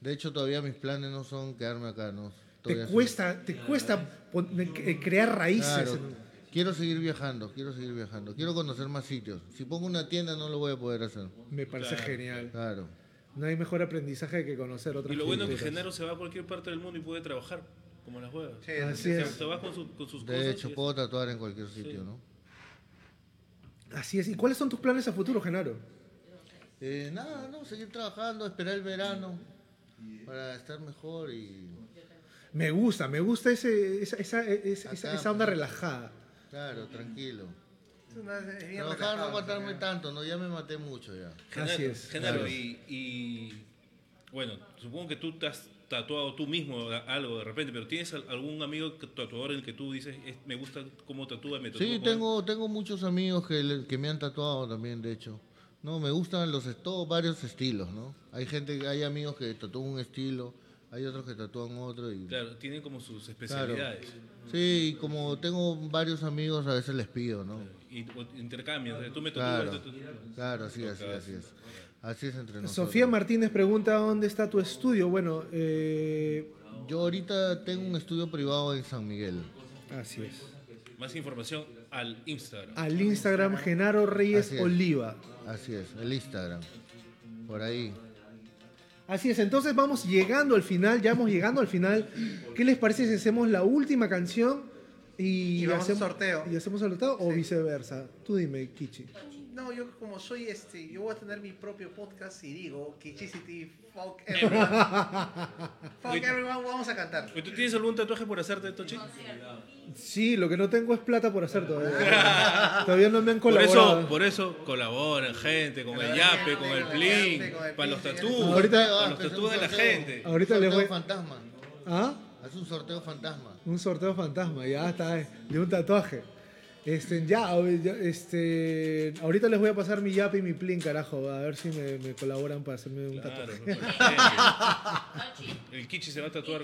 N: De hecho, todavía mis planes no son quedarme acá, ¿no?
I: Te
N: Todavía sí.
I: cuesta, te cuesta pon- eh, crear raíces.
N: Claro, Quiero seguir viajando, quiero seguir viajando. Quiero conocer más sitios. Si pongo una tienda no lo voy a poder hacer.
I: Me parece Claro. genial.
N: Claro.
I: No hay mejor aprendizaje que conocer otras
K: Y lo bueno es que
I: culturas.
K: Genaro se va a cualquier parte del mundo y puede trabajar como las huevas.
I: Sí, Así
K: se,
I: es.
K: se va con, su- con sus
N: De
K: cosas.
N: hecho,
K: y-
N: puedo tatuar en cualquier sitio,
K: Sí.
N: ¿no?
I: Así es. ¿Y cuáles son tus planes a futuro, Genaro?
N: Eh, nada, no, seguir trabajando, esperar el verano para estar mejor y
I: Me gusta, me gusta ese, esa, esa, e, esa- esa- esa
N: pues,
I: onda relajada.
N: claro, tranquilo.
J: bien
N: Trabajar no
J: relajado,
N: matarme tanto, no, ya me maté mucho ya.
K: Genaro, Genaro,
N: Claro.
K: y, y, bueno, supongo que tú te has tatuado tú mismo a- algo de repente, pero ¿tienes al- algún amigo que- tatuador en el que tú dices, "Es- me gusta cómo tatúa, me tatúo
N: Sí,
K: con
N: tengo, tengo muchos amigos que, le- que me han tatuado también, de hecho. No, me gustan los est- todos varios estilos, ¿no? Hay gente, que- hay amigos que tatúan un estilo, hay otros que tatúan otro y...
K: Claro, tienen como sus
N: Claro.
K: especialidades.
N: Sí, y como tengo varios amigos, a veces les pido, ¿no?
K: Y o intercambias, o sea, tú me tatúas,
N: Claro,
K: yo te tatúo.
N: claro, así,
K: Ok.
N: así, así es. Así es entre nosotros.
I: Sofía Martínez pregunta dónde está tu estudio. Bueno, eh,
N: Yo ahorita tengo un estudio privado en San Miguel.
I: Así es.
K: Más información al Instagram.
I: al Instagram Genaro Reyes
N: Así es.
I: Oliva.
N: Así es, el Instagram. Por ahí.
I: Así es, entonces vamos llegando al final, ya vamos llegando al final. ¿Qué les parece si hacemos la última canción y,
J: Y vamos a
I: hacemos
J: sorteo.
I: ¿Y hacemos sorteo o viceversa? Tú dime, Kichi.
J: No, yo como soy este, yo voy a tener mi propio podcast y digo Kichicity, fuck everyone. fuck
K: Oye,
J: everyone, vamos a cantar.
K: ¿Tú tienes algún tatuaje por hacerte, Tochi?
I: Sí, lo que no tengo es plata por hacer todavía. todavía no me han
K: Por
I: colaborado.
K: eso, por eso colaboran, gente, con el yape, con el plin, para los tatúos,
I: Ahorita- ah,
N: Ah,
K: para los tatúos de la gente. Ah,
I: Ahorita
N: Un
I: les
N: sorteo
I: voy-
N: fantasma.
I: ¿Ah?
N: Haz un sorteo fantasma.
I: Un sorteo fantasma, ya está, eh, de un tatuaje. Este, ya, o- ya, este, ahorita les voy a pasar mi yap y mi plin, carajo, a ver si me, me colaboran para hacerme un
K: Claro,
I: tatuaje.
K: el Kichi se va a tatuar.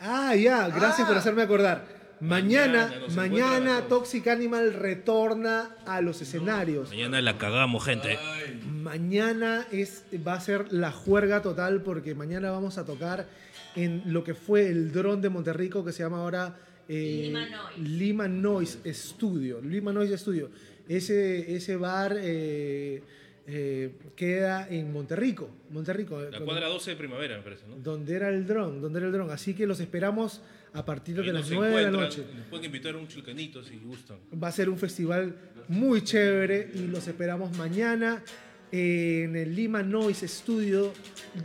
I: ah, ya, gracias por hacerme acordar. Mañana,
K: Mañana
I: mañana,
K: nos encuentran a
I: Toxic Animal retorna a los escenarios.
K: Mañana la cagamos, gente. ¿eh?
I: Mañana es, va a ser la juerga total porque mañana vamos a tocar en lo que fue el dron de Monterrico que se llama ahora eh,
M: Lima Noise.
I: Lima Noise Studio. Lima Noise Studio. Ese, ese bar eh, eh, queda en Monterrico. Monterrico. eh,
K: La
I: con-
K: cuadra 12 de primavera, me parece, ¿no?
I: Donde era el dron, donde era el dron. Así que los esperamos a partir
K: Ahí
I: de las
K: nos
I: 9 de la
K: encuentran,
I: noche.
K: Nos pueden invitar a un chulcanito si gustan.
I: Va a ser un festival muy chévere y los esperamos mañana eh, en el Lima Noise Studio,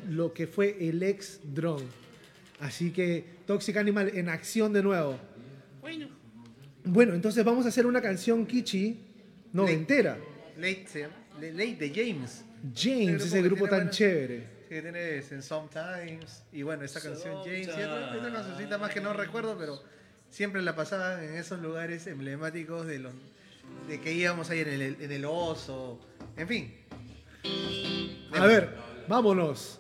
I: lo que fue el ex drone. Así que Toxic Animal en acción de nuevo.
P: Bueno.
I: Bueno, entonces vamos a hacer una canción Kichi, no, entera.
J: Late, se llama, Le- Late de James.
I: James, ese grupo tan
J: que tiene buenas-
I: chévere.
J: Sí, que tiene en Sometimes. Y bueno, esta canción James, y otra, otra cancioncita más que no recuerdo, pero siempre la pasaban en esos lugares emblemáticos de los de que íbamos ahí en el, en el oso. En fin.
I: A ver, vámonos.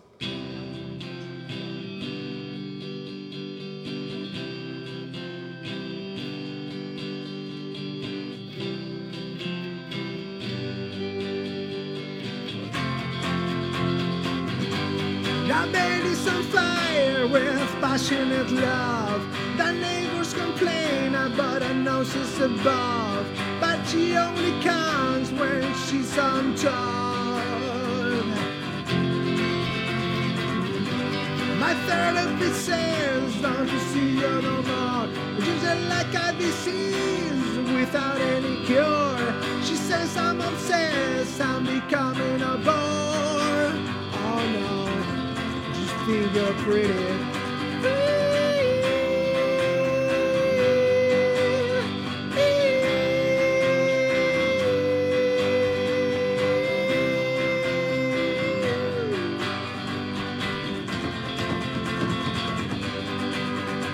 L: That baby's on fire with passionate love. The neighbors complain about her noses above, but she only counts when she's on top. My therapy says, don't you see you no more. She's like a disease without any cure. She says, I'm obsessed, I'm becoming a bore. Oh no, just think you're pretty.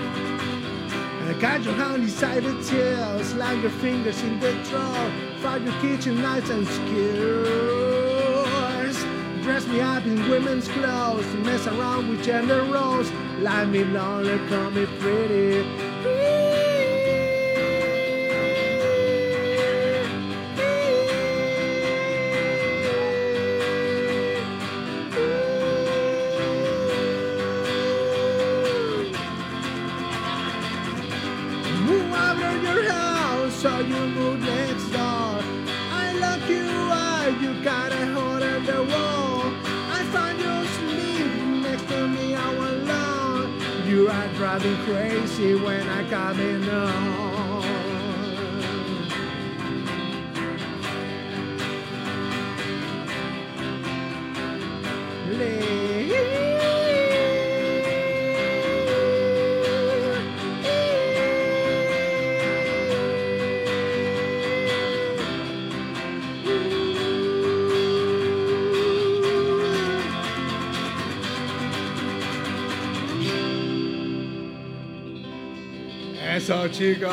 I: And catch your hand inside the tail, slide your fingers in the drawer, fry your kitchen knives and skewers.
L: Dress me up in women's clothes, mess around with gender roles, lie me lonely, call me pretty. Move out of your house, so you move next door. I lock you out, you got a hole in the wall. I find you sleep next to me all alone. You are driving crazy when I come in home.
I: Eso, chicos.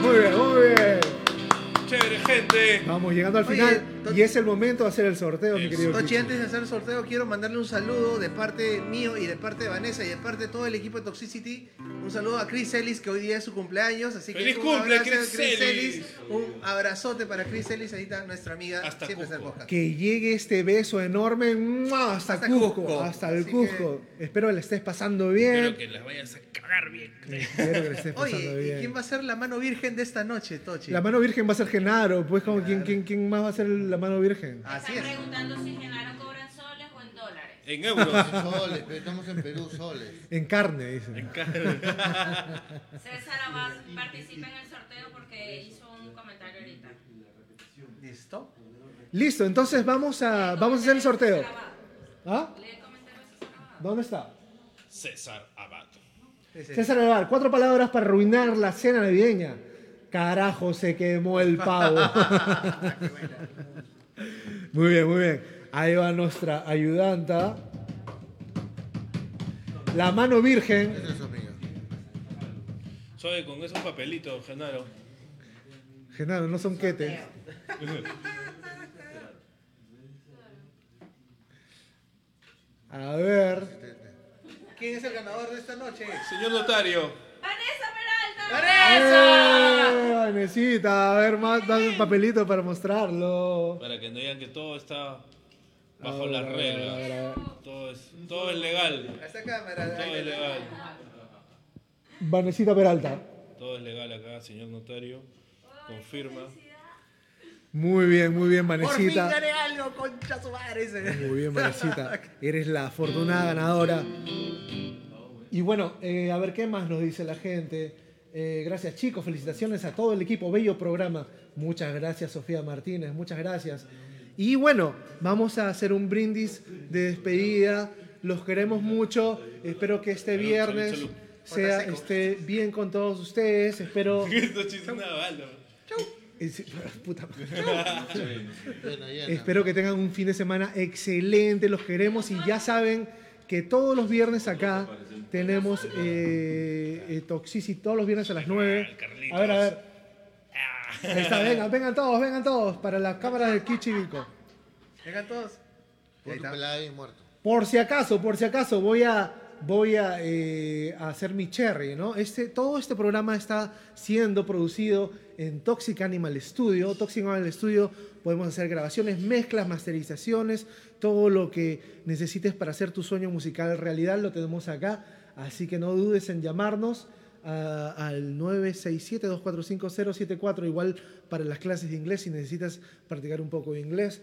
I: Muy bien, muy bien.
K: Chévere, gente.
I: Vamos llegando al
J: Oye,
I: final y es el momento de hacer el sorteo, mi querido.
J: Tochi,
I: Kiko.
J: antes de hacer el sorteo, quiero mandarle un saludo de parte mío y de parte de Vanessa y de parte de todo el equipo de Toxicity. Un saludo a Chris Ellis, que hoy día es su cumpleaños. Así que
K: ¡Feliz
J: un
K: cumple,
J: abrazo a
K: Chris Ellis!
J: Un abrazote para Chris Ellis. Ahí está nuestra amiga, siempre está el podcast.
I: Que llegue este beso enorme ¡mua! hasta,
J: Hasta
I: Cusco,
J: Cusco.
I: hasta el Cusco. Espero que la estés pasando bien.
K: Espero que las vayas a cagar bien.
I: Espero que la estés pasando
J: Oye, ¿y
I: bien.
J: quién va a ser la mano virgen de esta noche, Tochi?
I: La mano virgen va a ser Genaro, pues como quién, quién, quién más va a ser la mano virgen.
J: Así
M: Están preguntando si Genaro cobra en soles o en dólares.
K: En
N: soles, pero estamos en Perú, soles.
I: En carne, dicen.
K: En
M: César Abad participa en el sorteo porque hizo un comentario ahorita.
J: ¿Listo?
I: Listo, entonces vamos a, vamos a hacer el sorteo. ¿Ah? ¿Dónde está?
K: César Abato.
I: César Alvar, cuatro palabras para arruinar la cena navideña. Carajo, se quemó el pavo. muy bien, muy bien. Ahí va nuestra ayudanta. La mano virgen.
K: Soy con esos papelitos, Genaro.
I: Genaro, no son quetes. A ver.
J: ¿Quién es el ganador de esta noche?
K: Señor notario.
I: ¡Eh, Vanesita! A ver, más, dame un papelito para mostrarlo.
K: Para que no digan que todo está bajo
I: A ver, a
K: las
I: ver, a ver, a
K: reglas.
I: ver.
K: Todo es, todo es legal.
J: Esta cámara.
K: Todo es legal.
I: Vanesita Peralta.
K: Todo es legal acá, señor notario. Confirma.
I: Muy bien, muy bien,
J: Por fin
I: Vanesita.
J: gané algo, concha su madre. ese.
I: Muy bien, Vanesita. Eres la afortunada ganadora. Y bueno, eh, a ver qué más nos dice la gente. Eh, gracias chicos, felicitaciones a todo el equipo, bello programa. Muchas gracias Sofía Martínez, muchas gracias. Y bueno, vamos a hacer un brindis de despedida. Los queremos mucho. Espero que este
K: Salud,
I: viernes
K: salud, salud.
I: sea esté bien con todos ustedes. Espero.
K: Esto es una bala.
I: Es- Eh, puta madre.
N: Llena, llena.
I: Espero que tengan un fin de semana excelente, los queremos y ya saben que todos los viernes acá tenemos eh, eh, Toxicity, todos los viernes a las 9. A ver, a ver. Ahí está, vengan, vengan todos, vengan todos para las cámaras de Kichirico.
J: Vengan todos.
N: Por tu pelada bien muerto.
I: Por si acaso, por si acaso, voy a, voy a, eh, a hacer mi cherry, ¿no? Este, todo este programa está siendo producido en Toxic Animal Studio. Toxic Animal Studio podemos hacer grabaciones, mezclas, masterizaciones, todo lo que necesites para hacer tu sueño musical realidad lo tenemos acá. Así que no dudes en llamarnos a- eh, al 967-245-074. Igual para las clases de inglés, si necesitas practicar un poco de inglés,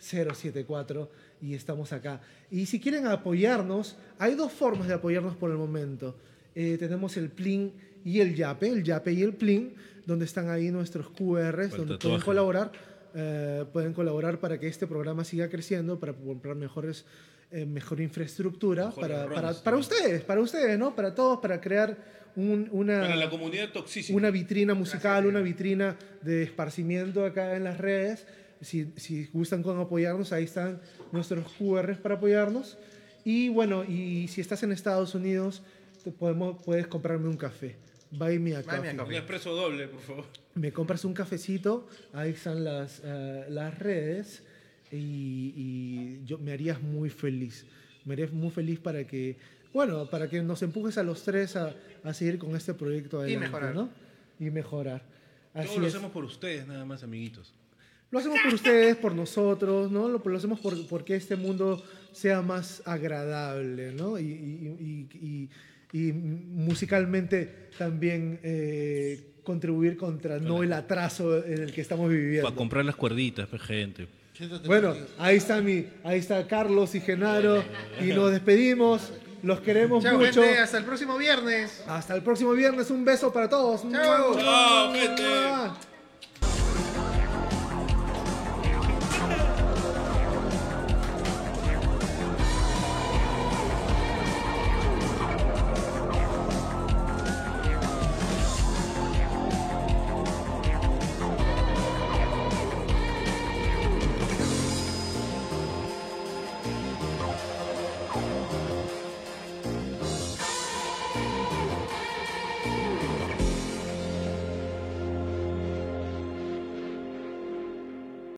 I: 967-245-074. Y estamos acá. Y si quieren apoyarnos, hay dos formas de apoyarnos por el momento. Eh, tenemos el Plin y el Yape, el Yape y el Plin, donde están ahí nuestros QRs,
K: Falta
I: donde pueden
K: tatuaje.
I: colaborar. eh, pueden colaborar para que este programa siga creciendo, para comprar mejores, eh, mejor infraestructura,
K: Mejores
I: para,
K: runs,
I: para, para ustedes, para ustedes, ¿no? Para todos, para crear un- una,
K: Para la comunidad toxicity.
I: una vitrina musical, una vitrina de esparcimiento acá en las redes. Si, si gustan con apoyarnos, ahí están nuestros QRs para apoyarnos. Y bueno, y si estás en Estados Unidos, te podemos, puedes comprarme un café. Buy me a coffee.
K: Un expreso doble, por favor.
I: Me compras un cafecito, ahí están las, eh, las redes y, y yo me harías muy feliz. Me harías muy feliz para que, bueno, para que nos empujes a los tres a, a seguir con este proyecto adelante,
K: mejorar.
I: ¿no? Y mejorar. Así
K: Todo lo
I: es.
K: hacemos por ustedes, nada más, amiguitos.
I: Lo hacemos por ustedes, por nosotros, ¿no? Lo, lo hacemos por, porque este mundo sea más agradable, ¿no? Y, y- y- y- y musicalmente también eh, contribuir contra no el atraso en el que estamos viviendo.
P: Para comprar las cuerditas, pues, gente.
I: Bueno, ahí está mi, ahí está Carlos y Genaro y nos despedimos. Los queremos
J: Chao,
I: mucho.
J: gente. Hasta el próximo viernes.
I: Hasta el próximo viernes. Un beso para todos.
J: Chao. Chao,
I: gente.